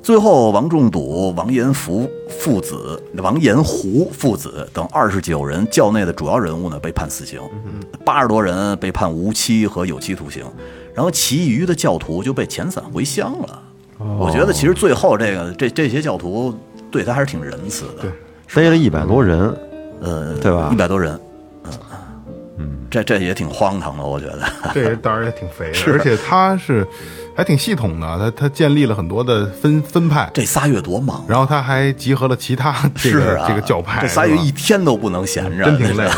Speaker 1: 最后，王仲笃、王延福父子、王延胡父子等二十九人教内的主要人物呢被判死刑，
Speaker 2: 嗯
Speaker 1: 八十多人被判无期和有期徒刑，然后其余的教徒就被遣散回乡了。
Speaker 2: 哦
Speaker 1: 我觉得其实最后这个这这些教徒对他还是挺仁慈的，
Speaker 4: 逮了一百多人，
Speaker 1: 呃，
Speaker 2: 嗯
Speaker 4: 对吧
Speaker 1: 一百多人，嗯，这这也挺荒唐的，我觉得。
Speaker 2: 这人胆儿也挺肥
Speaker 1: 啊
Speaker 2: 的，而且他是还挺系统的，他他建立了很多的分分派，
Speaker 1: 这仨月多忙，啊
Speaker 2: 然后他还集合了其 他这
Speaker 1: 是
Speaker 2: 个
Speaker 1: 啊，
Speaker 2: 这个教派，
Speaker 1: 这仨
Speaker 2: 是
Speaker 1: 月
Speaker 2: 吧
Speaker 1: 一天都不能闲着，
Speaker 2: 真挺累 的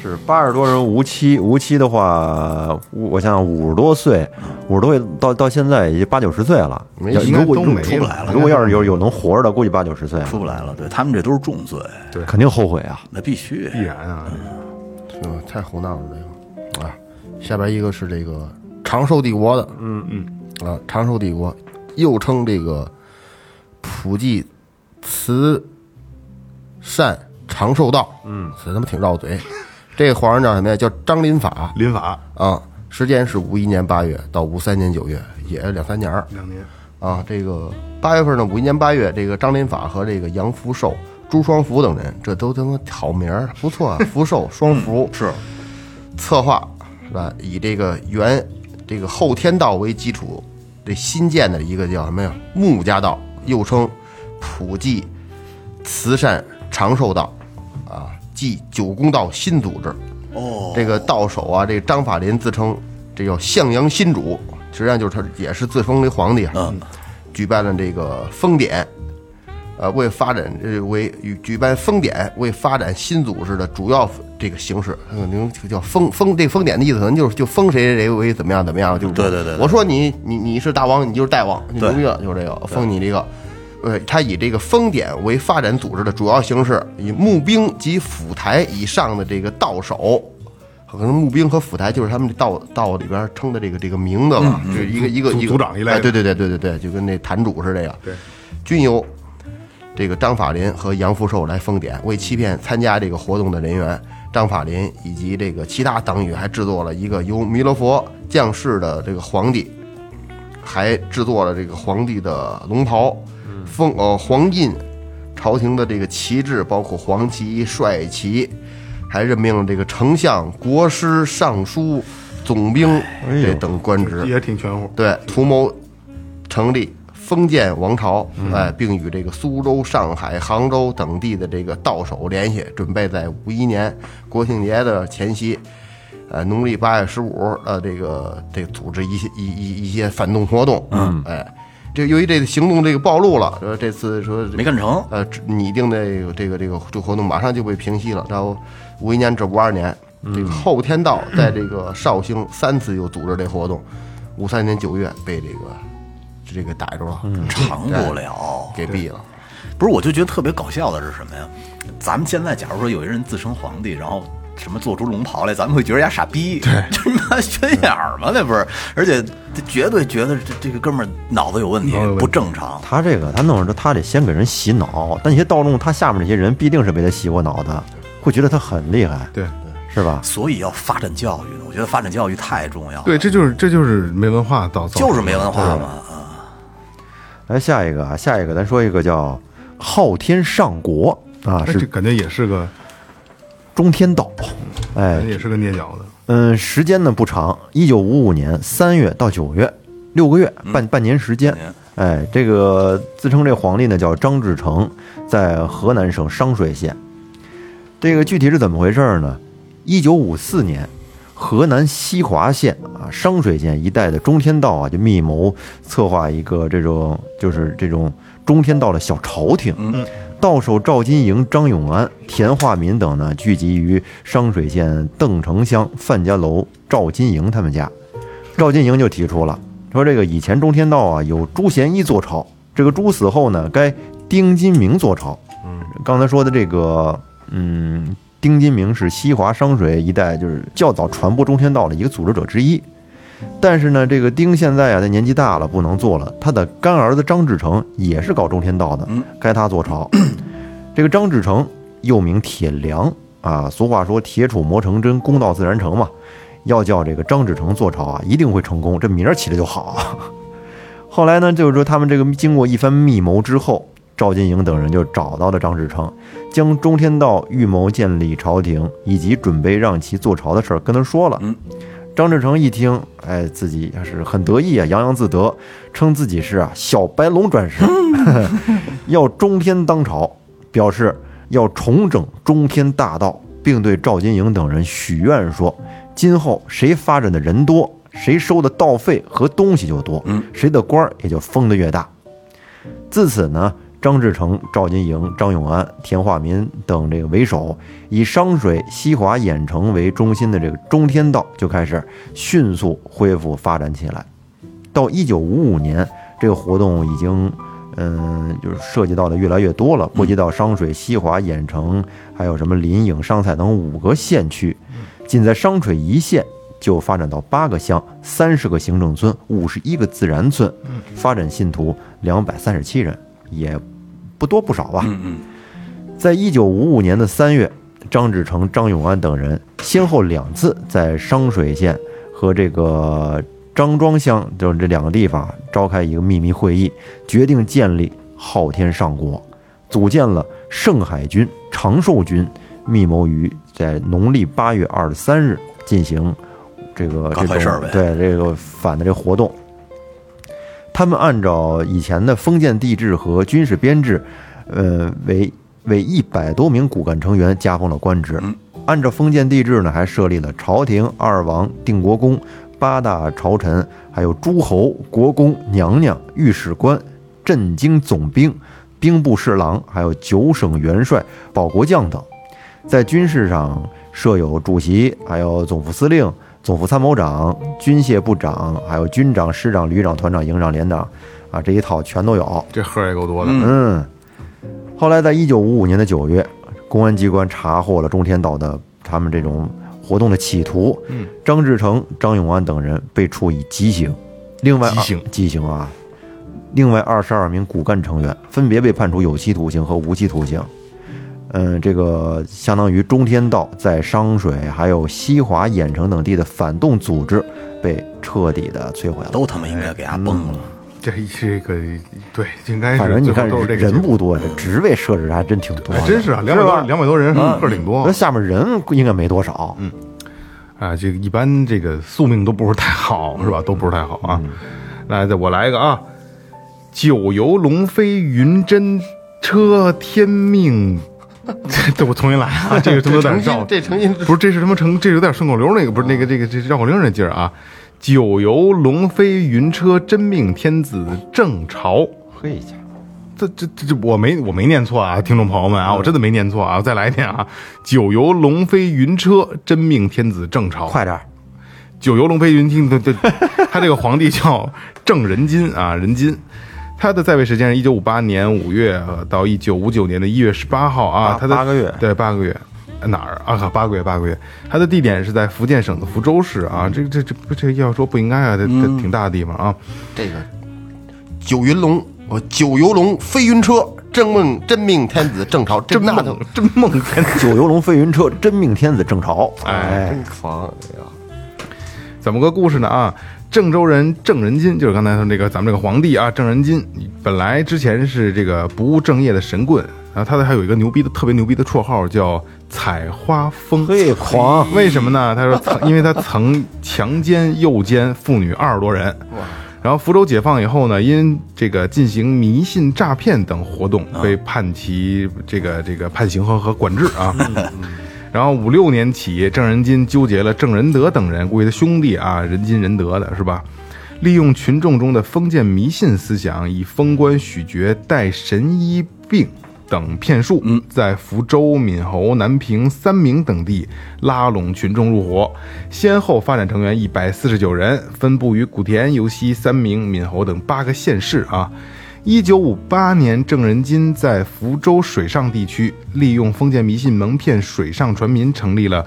Speaker 4: 是八十多人无期，无期的话，我我想想五十多岁，五十多岁到到现在已经八九十岁了，
Speaker 3: 没
Speaker 4: 要
Speaker 2: 应该
Speaker 4: 如果
Speaker 2: 都
Speaker 4: 如
Speaker 2: 没
Speaker 4: 出
Speaker 2: 了
Speaker 4: 不来了，如果要是有有能活着的，估计八九十岁了
Speaker 1: 出不来了。对他们这都是重罪，
Speaker 4: 肯定后悔啊。
Speaker 1: 那必须
Speaker 2: 必然啊，
Speaker 3: 嗯，太胡闹了这个啊。下边一个是这个长寿帝国的，嗯嗯，啊，长寿帝国又称这个普济慈善长寿道，嗯，这他妈挺绕嘴。这个皇上叫什么呀？叫张林法
Speaker 2: 临法
Speaker 3: 啊，时间是五一年八月到五三年九月，也两三年儿
Speaker 2: 两年，
Speaker 3: 啊。这个八月份呢，五一年八月，这个张林法和这个杨福寿、朱双福等人，这都他妈好名儿，不错啊，福寿、双福
Speaker 1: 嗯是
Speaker 3: 策划是吧？以这个原这个后天道为基础，这新建的一个叫什么呀？穆家道，又称普济慈善长寿道，啊，即九宫道新组织。
Speaker 1: 哦，
Speaker 3: 这个道手啊，这个张法林自称这叫向阳新主，实际上就是他也是自封为皇帝啊。
Speaker 1: 嗯
Speaker 3: 举办了这个封典，呃，为发展呃为与举办封典为发展新组织的主要这个形式，可能就叫封封这个封典的意思，可能就是就封谁谁为怎么样怎么样，就是
Speaker 1: 对对对对
Speaker 3: 我说你你你是大王，你就是大王，你牛逼了，就是这个封你这个。呃，他以这个封典为发展组织的主要形式，以募兵及府台以上的这个道手，可能募兵和府台就是他们这道道里边称的这个这个名字吧，就是一个一个
Speaker 2: 嗯组
Speaker 3: 一个
Speaker 2: 组长一类的
Speaker 3: 哎对对对对对对，就跟那坛主似的呀。对，均由这个张法林和杨福寿来封典，为欺骗参加这个活动的人员，张法林以及这个其他党羽还制作了一个由弥勒佛降世的这个皇帝，还制作了这个皇帝的龙袍、封呃黄印、朝廷的这个旗帜，包括黄旗、帅旗，还任命了这个丞相、国师、尚书、总兵这等官职。
Speaker 2: 也挺全乎。
Speaker 3: 对，图谋成立封建王朝，哎，并与这个苏州、上海、杭州等地的这个道手联系，准备在五一年国庆节的前夕，呃，农历八月十五，呃，这个这组织一些一一一些反动活动，嗯，哎，这由于这个行动这个暴露了，说这次说这个
Speaker 1: 没干成。
Speaker 3: 呃，指拟定的这个这个这个活动马上就被平息了，到五一年至五二年，这个
Speaker 2: 嗯
Speaker 3: 后天道在这个绍兴三次又组织这活动，五三年九月被这个这个逮住了，
Speaker 2: 嗯
Speaker 1: 长不了，
Speaker 3: 给毙了。
Speaker 1: 不是，我就觉得特别搞笑的是什么呀？咱们现在假如说有一人自称皇帝，然后什么做出龙袍来，咱们会觉得人家傻逼，对， 这他妈缺心眼儿吗？那不是，而且这绝对觉得这这个哥们儿脑子有问题，不正常。
Speaker 4: 他这个他弄着他得先给人洗脑，但那些盗弄他下面这些人必定是被他洗过脑的，会觉得他很厉害，
Speaker 2: 对
Speaker 4: 是吧？
Speaker 1: 所以要发展教育呢，我觉得发展教育太重要了，
Speaker 2: 对，这就是这就是没文化造造成
Speaker 1: 就
Speaker 2: 的
Speaker 1: 是没文化嘛。啊
Speaker 4: 来下一个啊，下一个咱说一个叫昊天上国啊，
Speaker 2: 哎这
Speaker 4: 是
Speaker 2: 感觉也是个
Speaker 4: 中天道，哎
Speaker 2: 感觉，也是个捏脚的。
Speaker 4: 嗯，时间呢不长，一九五五年三月到九月，六个月，半半年时间
Speaker 1: 嗯半年。
Speaker 4: 哎，这个自称这皇帝呢叫张志成，在河南省商水县。这个具体是怎么回事呢？一九五四年，河南西华县啊商水县一带的中天道啊，就密谋策划一个这种就是这种中天道的小朝廷。
Speaker 1: 嗯
Speaker 4: 到手赵金营、张永安、田化民等呢，聚集于商水县邓城乡范家楼赵金营他们家。赵金营就提出了，说这个以前中天道啊有朱贤一坐朝，这个朱死后呢，该丁金明坐朝。嗯，刚才说的这个，嗯，丁金明是西华商水一带就是较早传播中天道的一个组织者之一。但是呢，这个丁现在啊，他年纪大了，不能做了。他的干儿子张志成也是搞中天道的，该他做朝。这个张志成又名铁良啊，俗话说铁杵磨成针，公道自然成嘛。要叫这个张志成做朝啊，一定会成功。这名儿起的就好。 后来呢，就是说他们这个经过一番密谋之后，赵金营等人就找到了张志成，将中天道预谋建立朝廷以及准备让其做朝的事儿跟他说了。张志成一听，哎，自己也是很得意啊，洋洋自得，称自己是啊小白龙转世，要中天当朝，表示要重整中天大道，并对赵金营等人许愿说，今后谁发展的人多，谁收的道费和东西就多，谁的官儿也就封的越大。自此呢，张志成、赵金营、张永安、田化民等这个为首，以商水、西华、盐城为中心的这个中天道就开始迅速恢复发展起来。到一九五五年，这个活动已经，嗯，就是涉及到的越来越多了，波及到商水、西华、盐城，还有什么临颍、商蔡等五个县区，仅在商水一县就发展到八个乡、三十个行政村、五十一个自然村，发展信徒两百三十七人，也不多不少吧。在一九五五年的三月，张志成、张永安等人先后两次在商水县和这个张庄乡，就是这两个地方召开一个秘密会议，决定建立昊天上国，组建了盛海军、长寿军，密谋于在农历八月二十三日进行这个
Speaker 1: 搞
Speaker 4: 这
Speaker 1: 坏
Speaker 4: 种
Speaker 1: 事儿呗
Speaker 4: 对这个反的这活动。他们按照以前的封建地制和军事编制，呃，为为一百多名骨干成员加封了官职。按照封建地制呢，还设立了朝廷、二王、定国公、八大朝臣，还有诸侯、国公、娘娘、御史官、镇京总兵、兵部侍郎，还有九省元帅、保国将等。在军事上设有主席，还有总副司令、总副参谋长、军械部长，还有军长、师长、旅长、团长、营长、连长，啊，这一套全都有。
Speaker 2: 这盒儿也够多的。
Speaker 4: 嗯，后来在一九五五年的九月，公安机关查获了中天岛的他们这种活动的企图。嗯，张志成、张永安等人被处以极刑，另外二
Speaker 2: 极刑
Speaker 4: 极刑啊，另外二十二名骨干成员分别被判处有期徒刑和无期徒刑。嗯，这个相当于中天道在商水还有西华、盐城等地的反动组织被彻底的摧毁了。
Speaker 1: 都他妈应该给他
Speaker 2: 嗯
Speaker 1: 崩了。
Speaker 2: 这这个对，应该
Speaker 4: 反
Speaker 2: 是
Speaker 4: 正你
Speaker 2: 最
Speaker 4: 看
Speaker 2: 后都是这个
Speaker 4: 人
Speaker 2: 结果，
Speaker 4: 不多，这职位设置还真挺多的
Speaker 2: 哎，真是啊，两百多两百多人，
Speaker 4: 嗯
Speaker 2: 个儿挺多
Speaker 4: 那。下面人应该没多少，嗯，
Speaker 2: 啊，这个一般这个宿命都不是太好，是吧？都不是太好啊。来，再我来一个啊，九游龙飞云真车天命。 这我重新来啊！这 个他妈有点绕，
Speaker 3: 这成因
Speaker 2: 不是，这是他妈成，这有点顺口溜那个，不是那个这个这绕口令那劲儿啊！九游龙飞云车真命天子正朝，
Speaker 4: 嘿家
Speaker 2: 这这这这我没我没念错啊，听众朋友们啊，我真的没念错啊！我再来一遍啊！九游龙飞云车真命天子正朝，
Speaker 4: 快点儿，
Speaker 2: 九游龙飞云听，对对，他这 个皇帝叫郑仁金啊，仁金。他的在位时间是一九五八年五月呃到一九五九年的一月十八号啊，
Speaker 4: 八
Speaker 2: 他的
Speaker 4: 八个月
Speaker 2: 对八个月哪儿啊？八个月八个月，他的地点是在福建省的福州市啊，这这这不这要说不应该啊，这
Speaker 4: 嗯
Speaker 2: 这挺大的地方啊。
Speaker 3: 这个九云龙，我九游龙飞云车，真命真命天子正朝，真那都
Speaker 2: 真梦 天
Speaker 4: 九游龙飞云车，真命天子正 朝，哎，
Speaker 3: 真狂，这个
Speaker 2: 怎么个故事呢？啊，郑州人郑仁金，就是刚才他们这个咱们这个皇帝啊，郑仁金，本来之前是这个不务正业的神棍，然后他的还有一个牛逼的特别牛逼的绰号叫采花疯。
Speaker 4: 嘿狂，
Speaker 2: 为什么呢？他说曾，因为他曾强奸、诱奸妇女二十多人。然后福州解放以后呢，因这个进行迷信、诈骗等活动，被判其这个这个判刑和和管制啊。然后五六年起，郑仁金纠结了郑仁德等人，估计他兄弟啊，仁金仁德的是吧？利用群众中的封建迷信思想，以封官许爵、带神医病等骗术，在福州、闽侯、南平、三明等地拉拢群众入伙，先后发展成员一百四十九人，分布于古田、尤溪、三明、闽侯等八个县市啊。一九五八年，郑仁金在福州水上地区利用封建迷信蒙骗水上船民，成立了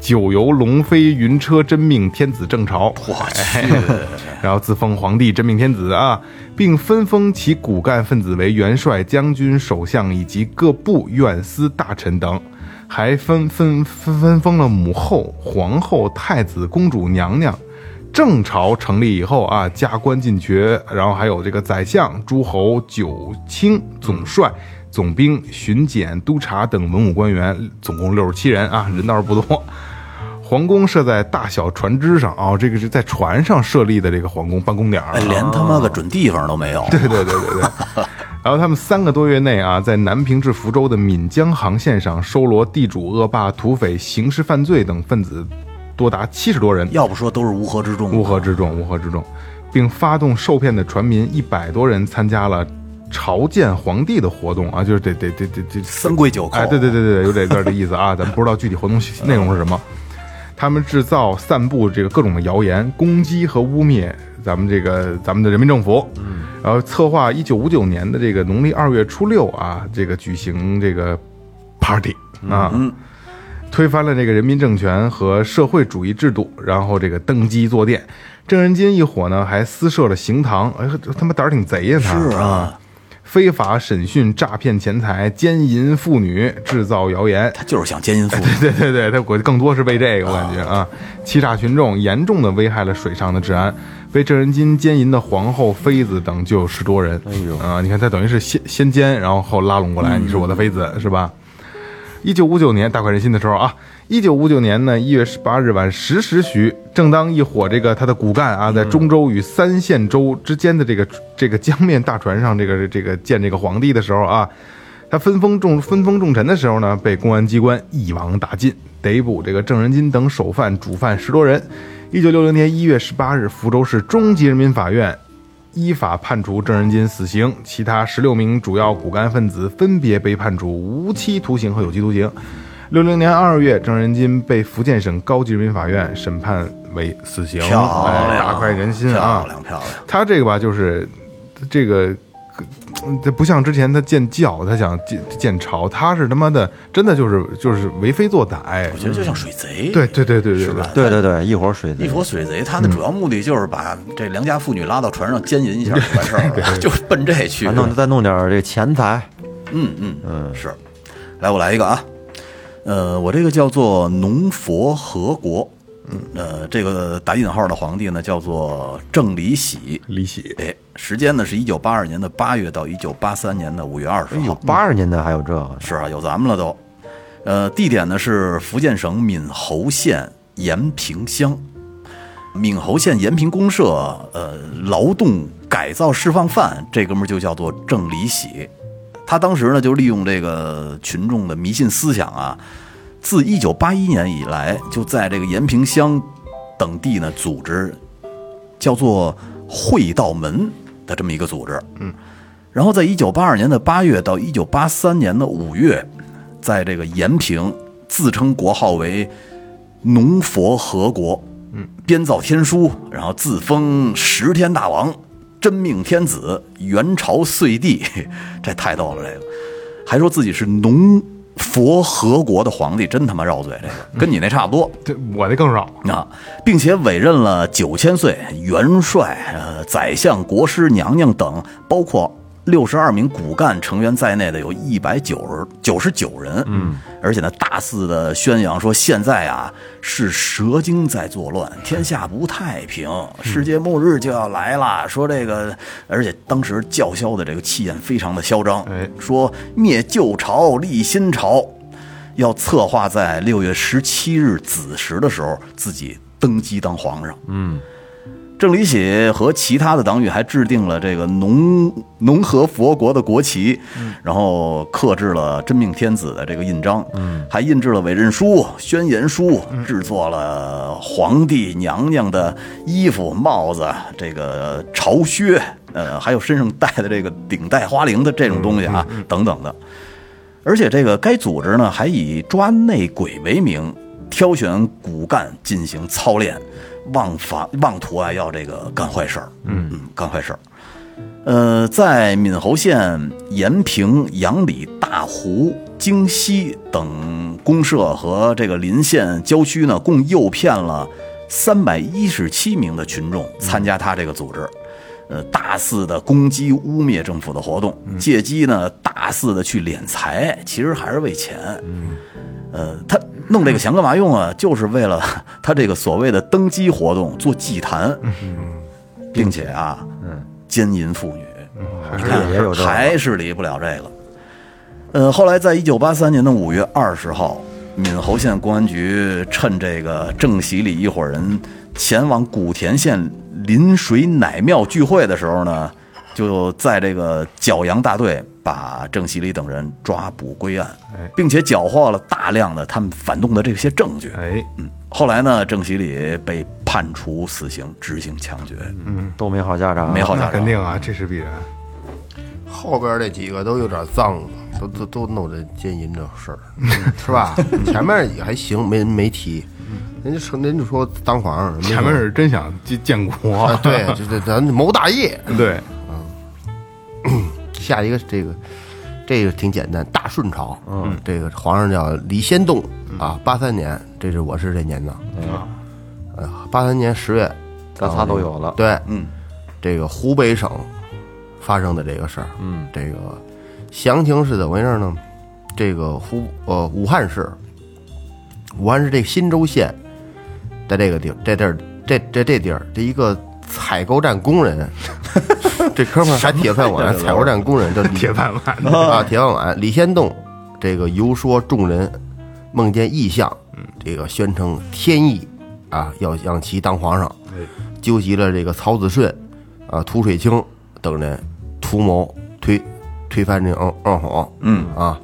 Speaker 2: 九游龙飞云车真命天子正朝。
Speaker 1: 我去，
Speaker 2: 然后自封皇帝真命天子啊，并分封其骨干分子为元帅、将军、首相以及各部院司大臣等，还分分分分封了母后、皇后、太子、公主、娘娘。正朝成立以后啊，加官进爵，然后还有这个宰相、诸侯、九卿、总帅、总兵、巡检、督察等文武官员，总共六十七人啊，人倒是不多。皇宫设在大小船只上啊、这个是在船上设立的这个皇宫办公点儿、啊
Speaker 1: 哎，连他妈个准地方都没有。
Speaker 2: 对对对对对。然后他们三个多月内啊，在南平至福州的闽江航线上收罗地主、恶霸、土匪、刑事犯罪等分子，多达七十多人，
Speaker 1: 要不说都是乌合之众。
Speaker 2: 乌合之众，乌合之众，并发动受骗的船民一百多人参加了朝见皇帝的活动啊，就是得得得得得
Speaker 1: 三跪九叩。
Speaker 2: 哎，对对对对，有点有点这意思啊，咱们不知道具体 活动内容是什么。他们制造、散布这个各种的谣言，攻击和污蔑咱们这个咱们的人民政府。嗯，然后策划一九五九年的这个农历二月初六啊，这个举行这个 party
Speaker 1: 嗯
Speaker 2: 啊，推翻了这个人民政权和社会主义制度，然后这个登基坐殿。郑仁金一伙呢，还私设了刑堂，哎，他妈胆儿挺贼呀，他
Speaker 1: 是啊，
Speaker 2: 非法审讯、诈骗钱财、奸淫妇女、制造谣言。
Speaker 1: 他就是想奸淫妇女。
Speaker 2: 对对对，他我更多是为这个，我感觉啊，欺诈群众，严重的危害了水上的治安。被郑仁金奸淫的皇后、妃子等就有十多人。哎呦嗯啊，你看他等于是先先奸，然后后拉拢过来，你是我的妃子，是吧？一九五九年大快人心的时候啊，一九五九年呢一月十八日晚十时许，正当一伙这个他的骨干啊，在中州与三线州之间的这个这个江面大船上，这个这个见这个皇帝的时候啊，他分封众分封众臣的时候呢，被公安机关一网打尽，逮捕这个郑仁金等首犯主犯十多人。一九六零年一月十八日，福州市中级人民法院依法判处郑仁金死刑，其他十六名主要骨干分子分别被判处无期徒刑和有期徒刑。六零年二月，郑仁金被福建省高级人民法院审判为死刑，
Speaker 1: 漂
Speaker 2: 哎
Speaker 1: 亮，
Speaker 2: 大快人心啊！
Speaker 1: 漂亮漂亮，
Speaker 2: 他这个吧，就是这个，呃这不像之前他建教，他想建建朝，他是他妈的真的就是就是为非作歹
Speaker 1: 我。觉得就像水贼，
Speaker 2: 对对对对对
Speaker 1: 是吧？
Speaker 4: 对对对，一伙儿水
Speaker 1: 一
Speaker 4: 贼，
Speaker 1: 伙水贼，他的主要目的就是把这良家妇女拉到船上奸淫一下就完事儿了， 就是奔这去
Speaker 4: 啊。弄再弄点儿这钱财，
Speaker 1: 嗯嗯嗯，是。来，我来一个啊，呃，我这个叫做农佛和国，嗯，呃，这个打引号的皇帝呢叫做郑李喜，
Speaker 2: 李喜，
Speaker 1: 哎，时间呢是一九八二年的八月到一九八三年的五月二十
Speaker 4: 哎呦，
Speaker 1: 号，
Speaker 4: 八十年代还有这个，
Speaker 1: 是啊，有咱们了都。呃，地点呢是福建省闽侯县延平乡。闽侯县延平公社，呃，劳动改造释放犯，这哥们儿就叫做郑李喜。他当时呢就利用这个群众的迷信思想啊，自一九八一年以来，就在这个延平乡等地呢组织叫做会道门的这么一个组织。嗯，然后在一九八二年的八月到一九八三年的五月，在这个延平自称国号为农佛和国，嗯，编造天书，然后自封十天大王、真命天子、元朝岁帝， 这太逗了，这个还说自己是农佛和国的皇帝，真他妈绕嘴，这个跟你那差不多。
Speaker 2: 这我这更绕。
Speaker 1: 啊，并且委任了九千岁元帅、呃宰相、国师娘娘等，包括六十二名骨干成员在内的有一百九十九十九人。嗯，而且呢，大肆的宣扬说现在啊是蛇精在作乱，天下不太平，世界末日就要来了。说这个，而且当时叫嚣的这个气焰非常的嚣张，
Speaker 2: 哎
Speaker 1: 说灭旧朝，立新朝。要策划在六月十七日子时的时候自己登基当皇上。嗯，郑李喜和其他的党羽还制定了这个农农和佛国的国旗，然后刻制了真命天子的这个印章，嗯，还印制了委任书、宣言书，制作了皇帝娘娘的衣服、帽子、这个朝靴，呃，还有身上戴的这个顶戴花翎的这种东西啊，等等的。而且这个该组织呢，还以抓内鬼为名，挑选骨干进行操练，妄法妄图啊要这个干坏事儿，嗯干坏事儿。呃，在闽侯县延平、杨里、大湖、京西等公社和这个邻县郊区呢，共诱骗了三百一十七名的群众参加他这个组织。呃，大肆的攻击、污蔑政府的活动，借机呢大肆的去敛财，其实还是为钱。呃，他弄这个钱干嘛用啊？就是为了他这个所谓的登基活动做祭坛，
Speaker 4: 嗯
Speaker 1: 并且啊，奸淫妇女，
Speaker 4: 你看嗯也有这个，
Speaker 1: 还是离不了这个。呃，后来在一九八三年的五月二十号，闽侯县公安局趁这个郑喜礼一伙人前往古田县临水奶庙聚会的时候呢，就在这个角阳大队把郑喜礼等人抓捕归案
Speaker 2: 哎，
Speaker 1: 并且缴获了大量的他们反动的这些证据。
Speaker 2: 哎，
Speaker 1: 嗯，后来呢，郑喜礼被判处死刑，执行枪决，
Speaker 4: 都没好下场，
Speaker 1: 没好下
Speaker 2: 嗯那
Speaker 1: 场。
Speaker 2: 肯定啊，这是必然。
Speaker 3: 后边这几个都有点脏，都都都弄这奸淫这事儿，
Speaker 2: 嗯
Speaker 3: 是吧？ 前面也还行，没人没提，人家说人家说当皇上，人家
Speaker 2: 嗯
Speaker 3: 说
Speaker 2: 前面是真想建建国
Speaker 3: 啊，，对，就是咱谋大业。
Speaker 2: 对，
Speaker 3: 下一个这个这个挺简单，大顺朝，嗯，这个皇上叫李仙栋
Speaker 2: 嗯
Speaker 3: 啊，八三年，这是我是这年的
Speaker 2: 啊，
Speaker 3: 呃，八三年十月，
Speaker 4: 咱仨都有了，
Speaker 3: 对，
Speaker 1: 嗯，
Speaker 3: 这个湖北省发生的这个事儿，嗯，这个详情是怎么回事呢？这个湖呃武汉市，武汉市这个新州县，在这个地儿这地儿这这这地儿这一个采购站工人， 这哥们儿还铁饭碗，采购站工人 叫李
Speaker 2: 铁饭碗。
Speaker 3: 啊，铁饭碗李先栋，这个游说众人梦见异象，这个宣称天意啊，要让其当皇上，纠集了这个曹子顺啊、涂水清等人，图谋推推翻这二二虎，嗯啊，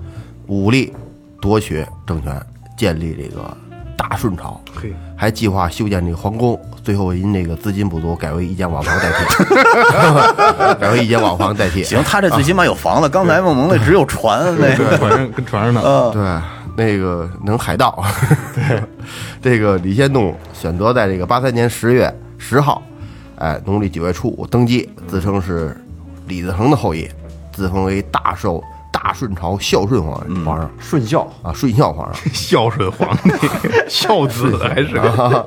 Speaker 3: 武力夺取政权，建立这个大顺朝。
Speaker 2: 嘿，
Speaker 3: 还计划修建这个皇宫，最后因这个资金不足，改为一间瓦房代替， 改为一间瓦房代替。
Speaker 2: 啊
Speaker 1: 行，他这最起码有房子，刚才梦萌那只有船，那
Speaker 2: 对，船上跟船上呢。
Speaker 3: 对，那个能海盗。对， 这个李先栋选择在这个八三年十月十号，哎，农历九月初五登基，自称是李自成的后裔，自封为大寿大顺朝孝顺皇皇上
Speaker 4: 顺孝
Speaker 3: 啊，顺孝皇上。
Speaker 2: 孝顺皇帝，孝子还是个
Speaker 3: 啊，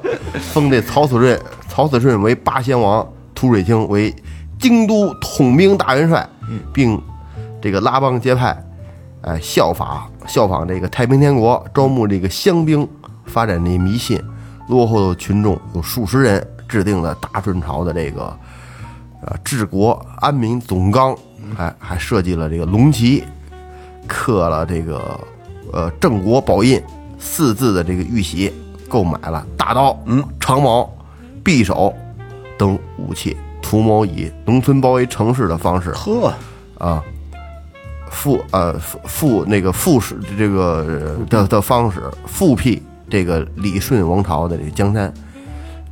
Speaker 3: 封这曹子顺，曹子顺为八贤王，涂水清为京都统兵大元帅，并这个拉帮结派，哎，效法效仿这个太平天国，招募这个乡兵，发展这迷信，落后的群众有数十人，制定了大顺朝的这个呃治国安民总纲，哎，还设计了这个龙旗，刻了这个呃“郑国宝印”四字的这个玉玺，购买了大刀、嗯、长矛、匕首等武器，图谋以农村包围城市的方式
Speaker 1: 呵，
Speaker 3: 啊，复呃复复那个复使这个的的方式复辟这个李顺王朝的这个江山，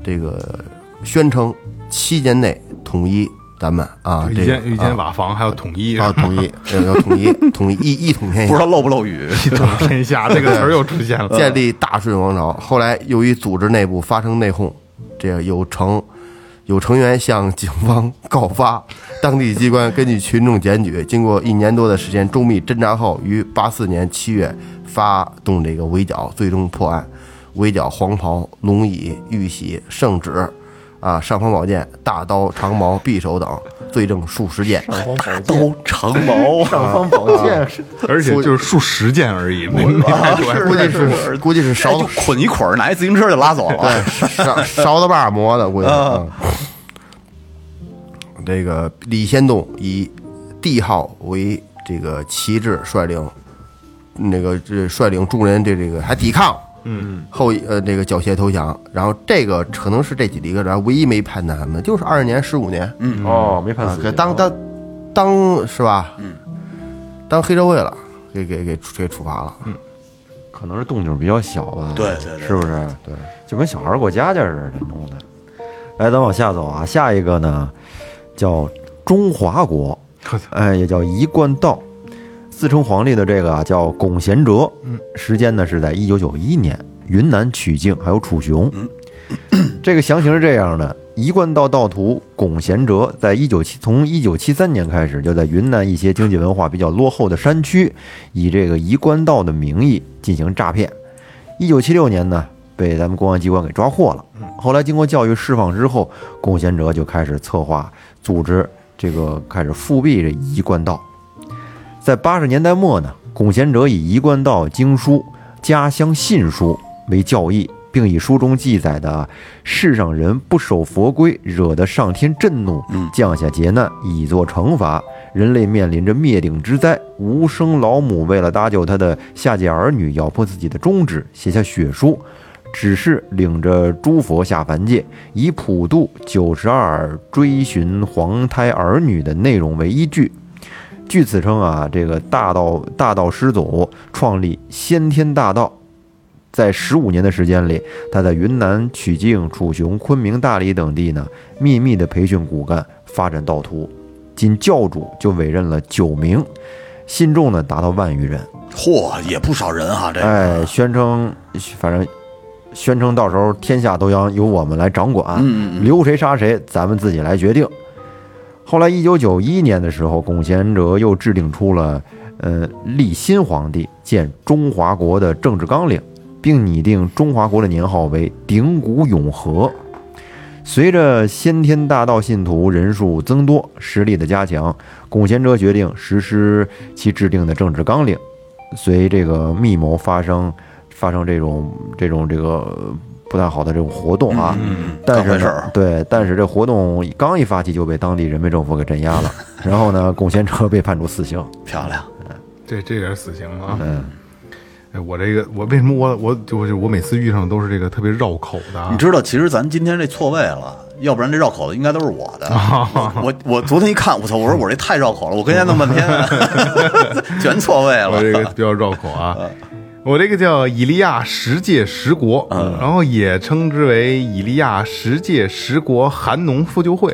Speaker 3: 这个宣称七年内统一咱们啊，
Speaker 2: 一
Speaker 3: 这个
Speaker 2: 间一间瓦房，还要统一
Speaker 3: 啊统一要要统 一统一一一统天
Speaker 1: 不
Speaker 3: 下
Speaker 1: 知。道漏不漏雨。
Speaker 2: 统天下这个词儿又出现 了。
Speaker 3: 建立大顺王朝。后来由于组织内部发生内讧，这个有成有成员向警方告发，当地机关根据群众检举，经过一年多的时间周密侦查后，于八四年七月发动这个围剿，最终破案。围剿黄袍、龙椅、玉玺、圣旨。啊，尚方宝剑、大刀、长矛、匕首等罪证数十件，
Speaker 1: 大刀长矛，
Speaker 2: 啊
Speaker 4: 上方宝剑是
Speaker 2: 而且就是数十件而已，没没太多。
Speaker 3: 估计啊是估计是
Speaker 1: 哎
Speaker 3: 勺
Speaker 1: 就捆一捆儿，拿一自行车就拉走了。
Speaker 3: 对，勺勺子把儿磨的，估计是。嗯这个李先栋以帝号为这个旗帜，率领那个这率领众人这这个还抵抗，嗯，后呃这个缴械投降。然后这个可能是这几个人唯一没判的案子，就是二十年、十五年，嗯，
Speaker 4: 哦，没判死
Speaker 3: 给
Speaker 4: 刑。
Speaker 3: 当当当是吧？嗯，当黑社会了，给给给给处罚了。
Speaker 4: 可能是动静比较小吧，
Speaker 1: 对对对
Speaker 4: 是不是？对，就跟小孩过家家似的弄的。来，咱往下走啊，下一个呢叫中华国，哎，也叫一贯道，自称皇帝的这个啊叫龚贤哲，
Speaker 1: 嗯
Speaker 4: 时间呢是在一九九一年，云南曲靖还有楚雄，
Speaker 1: 嗯
Speaker 4: 这个详情是这样的：一贯道道徒龚贤哲在一九七从一九七三年开始，就在云南一些经济文化比较落后的山区，以这个一贯道的名义进行诈骗。一九七六年呢，被咱们公安机关给抓获了。后来经过教育释放之后，龚贤哲就开始策划组织这个开始复辟这一贯道。在八十年代末呢，龚贤哲以一贯道经书《家乡信书》为教义，并以书中记载的“世上人不守佛规，惹得上天震怒，降下劫难，以作惩罚”，人类面临着灭顶之灾。无声老母为了搭救他的下界儿女，咬破自己的中指，写下血书。只是领着诸佛下凡界，以普渡九十二追寻黄胎儿女的内容为依据，据此称啊，这个大道大道师祖创立先天大道，在十五年的时间里，他在云南、曲靖、楚雄、昆明、大理等地呢，秘密的培训骨干，发展道徒。仅教主就委任了九名，信众呢达到万余人。
Speaker 1: 嚯，也不少人啊，这个
Speaker 4: 哎，宣称反正宣称到时候天下都将由我们来掌管，
Speaker 1: 嗯
Speaker 4: 留谁杀谁，咱们自己来决定。后来，一九九一年的时候，龚贤哲又制定出了呃立新皇帝建中华国的政治纲领，并拟定中华国的年号为鼎古永和。随着先天大道信徒人数增多，实力的加强，龚贤哲决定实施其制定的政治纲领，随这个密谋发生发生这种这种这个呃不太好的这种活动啊，
Speaker 2: 嗯
Speaker 4: 但是
Speaker 1: 当回事
Speaker 4: 呢
Speaker 1: 儿，
Speaker 4: 对，但是这活动刚一发起就被当地人民政府给镇 压了，然后呢，龚贤哲被判处死刑。
Speaker 1: 漂亮，
Speaker 2: 这这点死刑啊！哎，我这个我为什么我我就是我每次遇上都是这个特别绕口的啊
Speaker 1: 你知道，其实咱今天这错位了，要不然这绕口的应该都是我 的。我我昨天一看，我操，我说我这太绕口了，我跟人家弄半 天，全错位
Speaker 2: 我这个
Speaker 1: 了。
Speaker 2: 比较绕口啊。我这个叫以利亚十界十国，然后也称之为以利亚十界十国韩农复旧会。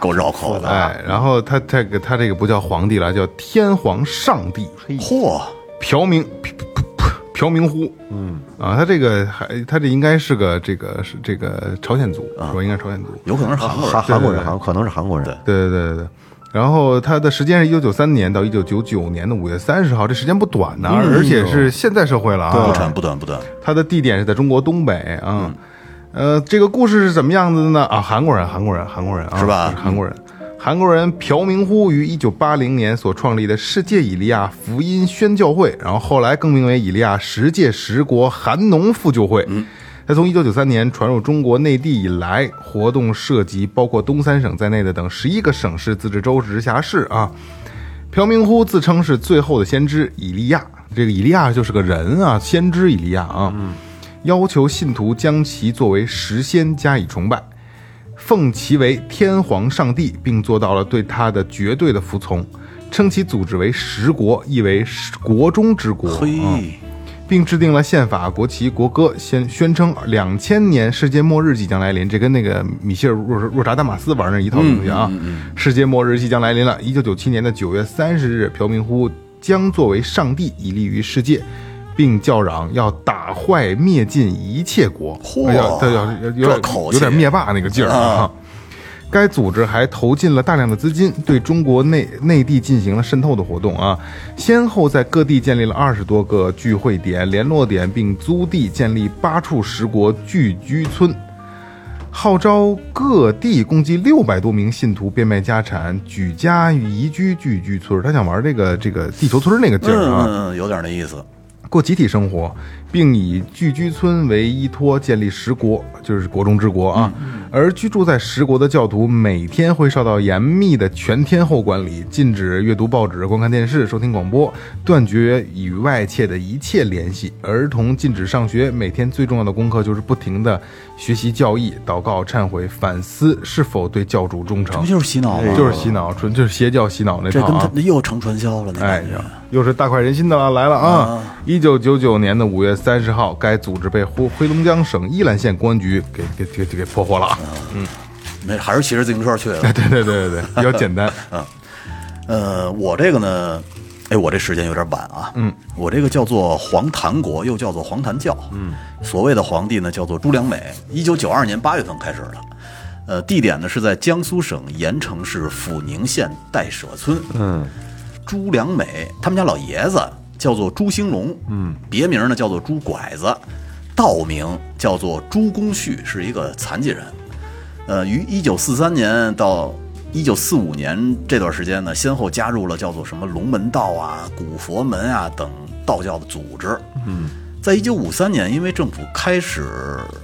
Speaker 1: 够绕口的，
Speaker 2: 哎，然后他这个他这个不叫皇帝了，叫天皇上帝
Speaker 1: 嚯，
Speaker 2: 朴明朴朴朴朴明呼，嗯啊，他这个还他这应该是个这个是这个朝鲜族是吧？应该是朝鲜族，
Speaker 1: 有可能是韩国人。
Speaker 4: 韩韩国人，
Speaker 2: 对对对
Speaker 4: 韩可能是韩国人，
Speaker 2: 对对对对对。然后他的时间是一九九三年到一九九九年的五月三十号，这时间不短呢，而且是现代社会了啊。
Speaker 1: 不短不短不短，
Speaker 2: 它的地点是在中国东北
Speaker 1: 嗯
Speaker 2: 啊。呃，这个故事是怎么样子的呢？啊，韩国人，韩国人，韩国人啊，
Speaker 1: 是吧
Speaker 2: 韩国人，韩国人朴明呼于一九八零年所创立的世界以利亚福音宣教会，然后后来更名为以利亚十届十国韩农复救会。
Speaker 1: 嗯
Speaker 2: 他从一九九三年传入中国内地以来，活动涉及包括东三省在内的等十一个省市自治州直辖市啊。朴明呼自称是最后的先知以利亚，这个以利亚就是个人啊，先知以利亚啊，要求信徒将其作为石仙加以崇拜，奉其为天皇上帝，并做到了对他的绝对的服从，称其组织为十国，意为十国中之国。
Speaker 1: 嘿，
Speaker 2: 啊
Speaker 1: 嗯
Speaker 2: 并制定了宪法、国旗、国歌，宣宣称两千年世界末日即将来临，这跟那个米歇尔若若查丹马斯玩那一套东西啊。
Speaker 1: 嗯
Speaker 2: 世界末日即将来临了，一九九七年的九月三十日，朴明呼将作为上帝以立于世界，并叫嚷要打坏灭尽一切国，
Speaker 1: 嚯
Speaker 2: 要要要有点
Speaker 1: 这口气
Speaker 2: 有点灭霸那个劲儿啊。该组织还投进了大量的资金，对中国内内地进行了渗透的活动啊，先后在各地建立了二十多个聚会点、联络点，并租地建立八处十国聚居村，号召各地共计六百多名信徒变卖家产，举家移居聚居村。他想玩这个这个地球村那个劲儿啊，
Speaker 1: 嗯，有点那意思。
Speaker 2: 过集体生活，并以聚居村为依托建立十国，就是国中之国啊。
Speaker 1: 嗯
Speaker 2: 而居住在十国的教徒每天会受到严密的全天候管理，禁止阅读报纸、观看电视、收听广播，断绝与外界的一切联系。儿童禁止上学，每天最重要的功课就是不停的学习教义、祷告、忏悔、反思是否对教主忠
Speaker 1: 这
Speaker 2: 诚
Speaker 1: 不，就是洗脑吗？
Speaker 2: 哎就是洗脑，纯就是邪教洗脑那
Speaker 1: 这
Speaker 2: 套
Speaker 1: 跟
Speaker 2: 啊
Speaker 1: 他。又成传销了，那
Speaker 2: 哎
Speaker 1: 感觉。，
Speaker 2: 又是大快人心的了，来了啊！一九九九年的五月三十号，该组织被黑黑龙江省依兰县公安局给给给给给破获了啊！
Speaker 1: 那还是骑着自行车去的。
Speaker 2: 对对对对对，比较简单。
Speaker 1: 呃，我这个呢，哎，我这时间有点晚啊。嗯，我这个叫做黄檀国，又叫做黄檀教。嗯，所谓的皇帝呢，叫做朱良美，一九九二年八月份开始的。呃，地点呢是在江苏省盐城市阜宁县戴舍村。嗯，朱良美他们家老爷子叫做朱兴龙，嗯，别名呢叫做朱拐子，道名叫做朱公旭，是一个残疾人。呃，于一九四三年到一九四五年这段时间呢，先后加入了叫做什么龙门道啊、古佛门啊等道教的组织。嗯，在一九五三年，因为政府开始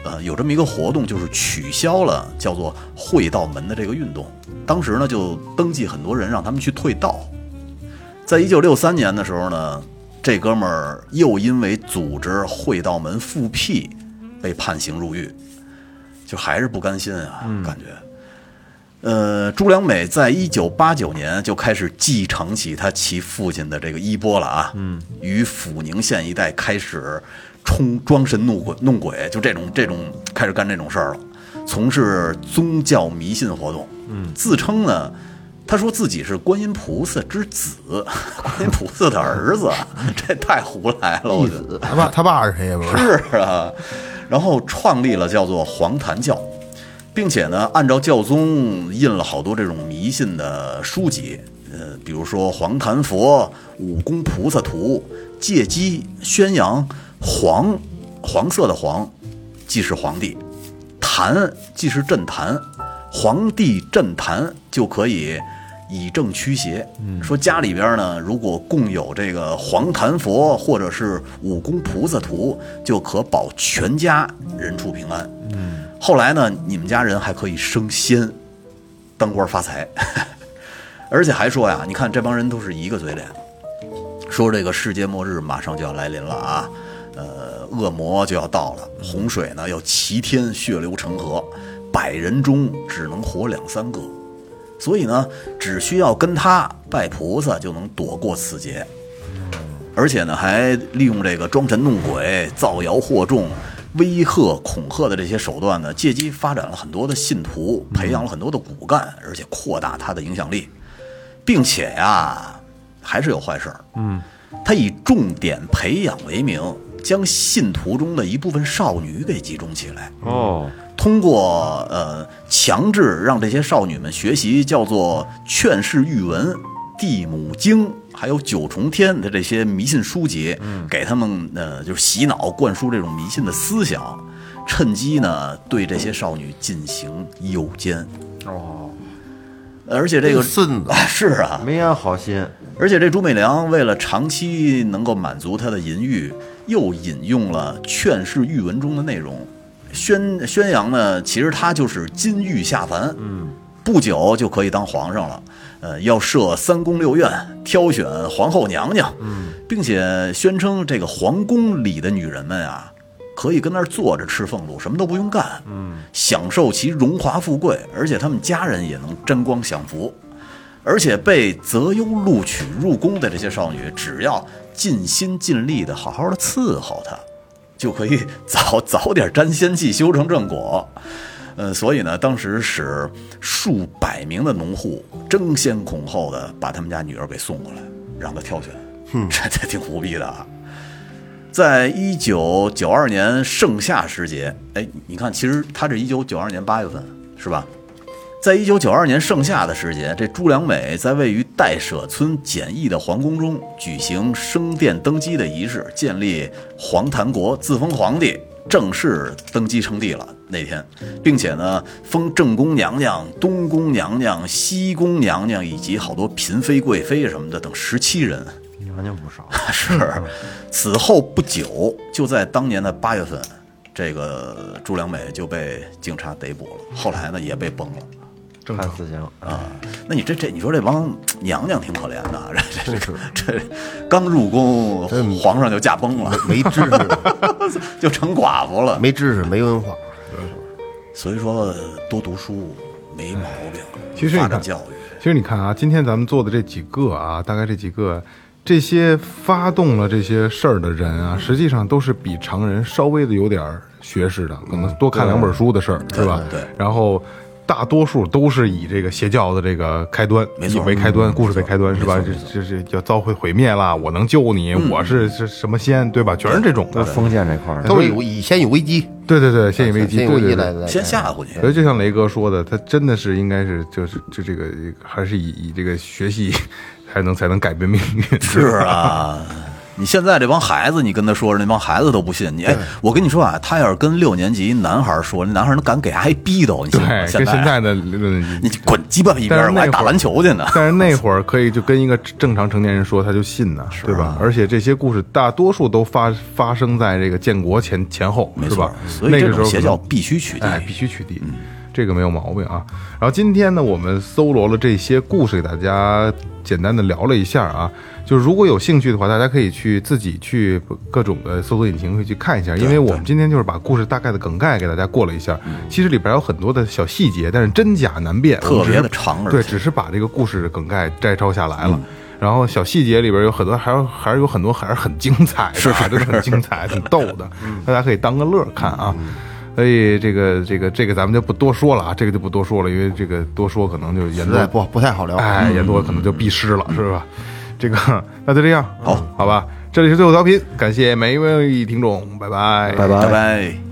Speaker 1: 呃有这么一个活动，就是取消了叫做会道门的这个运动。当时呢，就登记很多人让他们去退道。在一九六三年的时候呢，这哥们儿又因为组织会道门复辟被判刑入狱。就还是不甘心啊，感觉。呃，朱良美在一九八九年就开始继承起他其父亲的这个衣钵了啊，嗯，于阜宁县一带开始冲装神弄鬼，弄鬼就这种这种开始干这种事儿了，从事宗教迷信活动，嗯，自称呢，他说自己是观音菩萨之子，观音菩萨的儿子，这太胡来了，我觉得。
Speaker 3: 他爸他爸是谁也不知道。
Speaker 1: 是啊，然后创立了叫做黄檀教，并且呢，按照教宗印了好多这种迷信的书籍，呃，比如说《黄檀佛》《武功菩萨图》，借机宣扬黄黄色的黄，即是皇帝，坛即是镇坛，皇帝镇坛就可以以正驱邪。说家里边呢，如果供有这个黄檀佛或者是武功菩萨图，就可保全家人畜平安。嗯，后来呢，你们家人还可以升仙，当官发财， 而且还说呀，你看这帮人都是一个嘴脸，说这个世界末日马上就要来临了啊，呃，恶魔就要到了，洪水呢要齐天，血流成河，百人中只能活两三个，所以呢，只需要跟他拜菩萨就能躲过此劫，而且呢，还利用这个装神弄鬼、造谣惑众、威吓、恐吓的这些手段呢，借机发展了很多的信徒，培养了很多的骨干，而且扩大他的影响力。并且呀、还是有坏事儿。嗯，他以重点培养为名，将信徒中的一部分少女给集中起来，
Speaker 4: 哦，
Speaker 1: 通过呃强制让这些少女们学习叫做《劝世玉文》《地母经》还有《九重天》的这些迷信书籍，给他们呃就是洗脑灌输这种迷信的思想，趁机呢对这些少女进行诱奸。哦，而且这个
Speaker 3: 孙子
Speaker 1: 是啊，
Speaker 4: 没安好心，
Speaker 1: 而且这朱美良为了长期能够满足她的淫欲，又引用了《劝世玉文》中的内容，宣宣扬呢，其实他就是金玉下凡，嗯，不久就可以当皇上了。呃，要设三宫六院，挑选皇后娘娘，嗯，并且宣称这个皇宫里的女人们啊，可以跟那儿坐着吃俸禄，什么都不用干，嗯，享受其荣华富贵，而且他们家人也能沾光享福。而且被择优录取入宫的这些少女，只要尽心尽力的好好的伺候她，就可以早早点沾仙气，修成正果。呃，所以呢，当时使数百名的农户争先恐后的把他们家女儿给送过来，让她挑选。这这挺胡逼的啊！在一九九二年盛夏时节，哎，你看，其实他这一九九二年八月份是吧？在一九九二年盛夏的时节，这朱良美在位于代舍村简易的皇宫中举行升殿登基的仪式，建立皇坛国，自封皇帝，正式登基称帝了。那天，并且呢，封正宫娘娘、东宫娘娘、西宫娘娘以及好多嫔妃、贵妃什么的等十七人。
Speaker 4: 娘娘不少，
Speaker 1: 是，此后不久，就在当年的八月份，这个朱良美就被警察逮捕了。后来呢，也被崩了。
Speaker 2: 正
Speaker 4: 看
Speaker 2: 常。
Speaker 4: 死刑，
Speaker 1: 啊，那你这这，你说这帮娘娘挺可怜的，这这这这刚入宫，皇上就驾崩了，
Speaker 3: 没知识，
Speaker 1: 就成寡妇了。
Speaker 3: 没知识，没文化，
Speaker 1: 所以说多读书没毛病，
Speaker 2: 哎其实你
Speaker 1: 发
Speaker 2: 看
Speaker 1: 展教育，
Speaker 2: 其实你看啊，今天咱们做的这几个啊，大概这几个，这些发动了这些事儿的人啊，实际上都是比常人稍微的有点儿学识的，可能多看两本书的事儿，是吧？
Speaker 1: 对对
Speaker 2: 然后。大多数都是以这个邪教的这个开端，
Speaker 1: 没错
Speaker 2: 以为开端，故事为开端，是吧？这这这要遭毁毁灭啦，我能救你，
Speaker 1: 嗯
Speaker 2: 我是是什么仙，对吧？全是这种
Speaker 4: 都
Speaker 2: 的
Speaker 4: 是，封建这块儿的，
Speaker 3: 哎都是有以先有危机，
Speaker 2: 对对对，现以为
Speaker 1: 啊
Speaker 2: 基，
Speaker 3: 先
Speaker 2: 对
Speaker 3: 有危
Speaker 2: 对
Speaker 3: 机
Speaker 2: 对
Speaker 3: 来来，
Speaker 1: 先吓唬你。
Speaker 2: 所以就像雷哥说的，他真的是应该是就是就这个还是以以这个学习才能才能改变命 运。
Speaker 1: 是啊，你现在这帮孩子，你跟他说，那帮孩子都不信你。哎，我跟你说啊，他要是跟六年级男孩说，那男孩能敢给挨逼斗，你信吗？
Speaker 2: 对，跟
Speaker 1: 在
Speaker 2: 现在的
Speaker 1: 你滚鸡巴一边
Speaker 2: 但是
Speaker 1: 儿，我
Speaker 2: 那
Speaker 1: 还
Speaker 2: 会儿
Speaker 1: 打篮球去呢。
Speaker 2: 但是那会儿可以就跟一个正常成年人说，他就信呢，对吧？
Speaker 1: 啊
Speaker 2: 而且这些故事大多数都发发生在这个建国前前后，
Speaker 1: 没
Speaker 2: 是
Speaker 1: 错
Speaker 2: 吧，？
Speaker 1: 所以
Speaker 2: 那
Speaker 1: 这
Speaker 2: 个时
Speaker 1: 种
Speaker 2: 候
Speaker 1: 邪
Speaker 2: 可
Speaker 1: 教
Speaker 2: 能
Speaker 1: 必须取缔。
Speaker 2: 哎，
Speaker 1: 嗯
Speaker 2: 必须取缔，这个没有毛病啊。然后今天呢，我们搜罗了这些故事，给大家简单的聊了一下啊。就是如果有兴趣的话，大家可以去自己去各种的搜索引擎会去看一下，因为我们今天就是把故事大概的梗概给大家过了一下。其实里边有很多的小细节，但是真假难辨，
Speaker 1: 嗯特别
Speaker 2: 我们只是
Speaker 1: 的长而
Speaker 2: 对，
Speaker 1: 且
Speaker 2: 只是把这个故事的梗概摘抄下来了。然后小细节里边有很多，还有还是有很多还是很精彩的啊，是真的很精彩，很逗的，大家可以当个乐儿看啊。所以这个这个这个咱们就不多说了啊，这个就不多说了，因为这个多说可能就言
Speaker 3: 实在
Speaker 2: 多，
Speaker 3: 不不太好聊。
Speaker 2: 哎，言多可能就必失了，是吧？这个那就这样，嗯
Speaker 1: 好
Speaker 2: 好吧。这里是最后调频，感谢每一位听众，拜拜，
Speaker 4: 拜拜
Speaker 2: 哎
Speaker 1: 拜拜。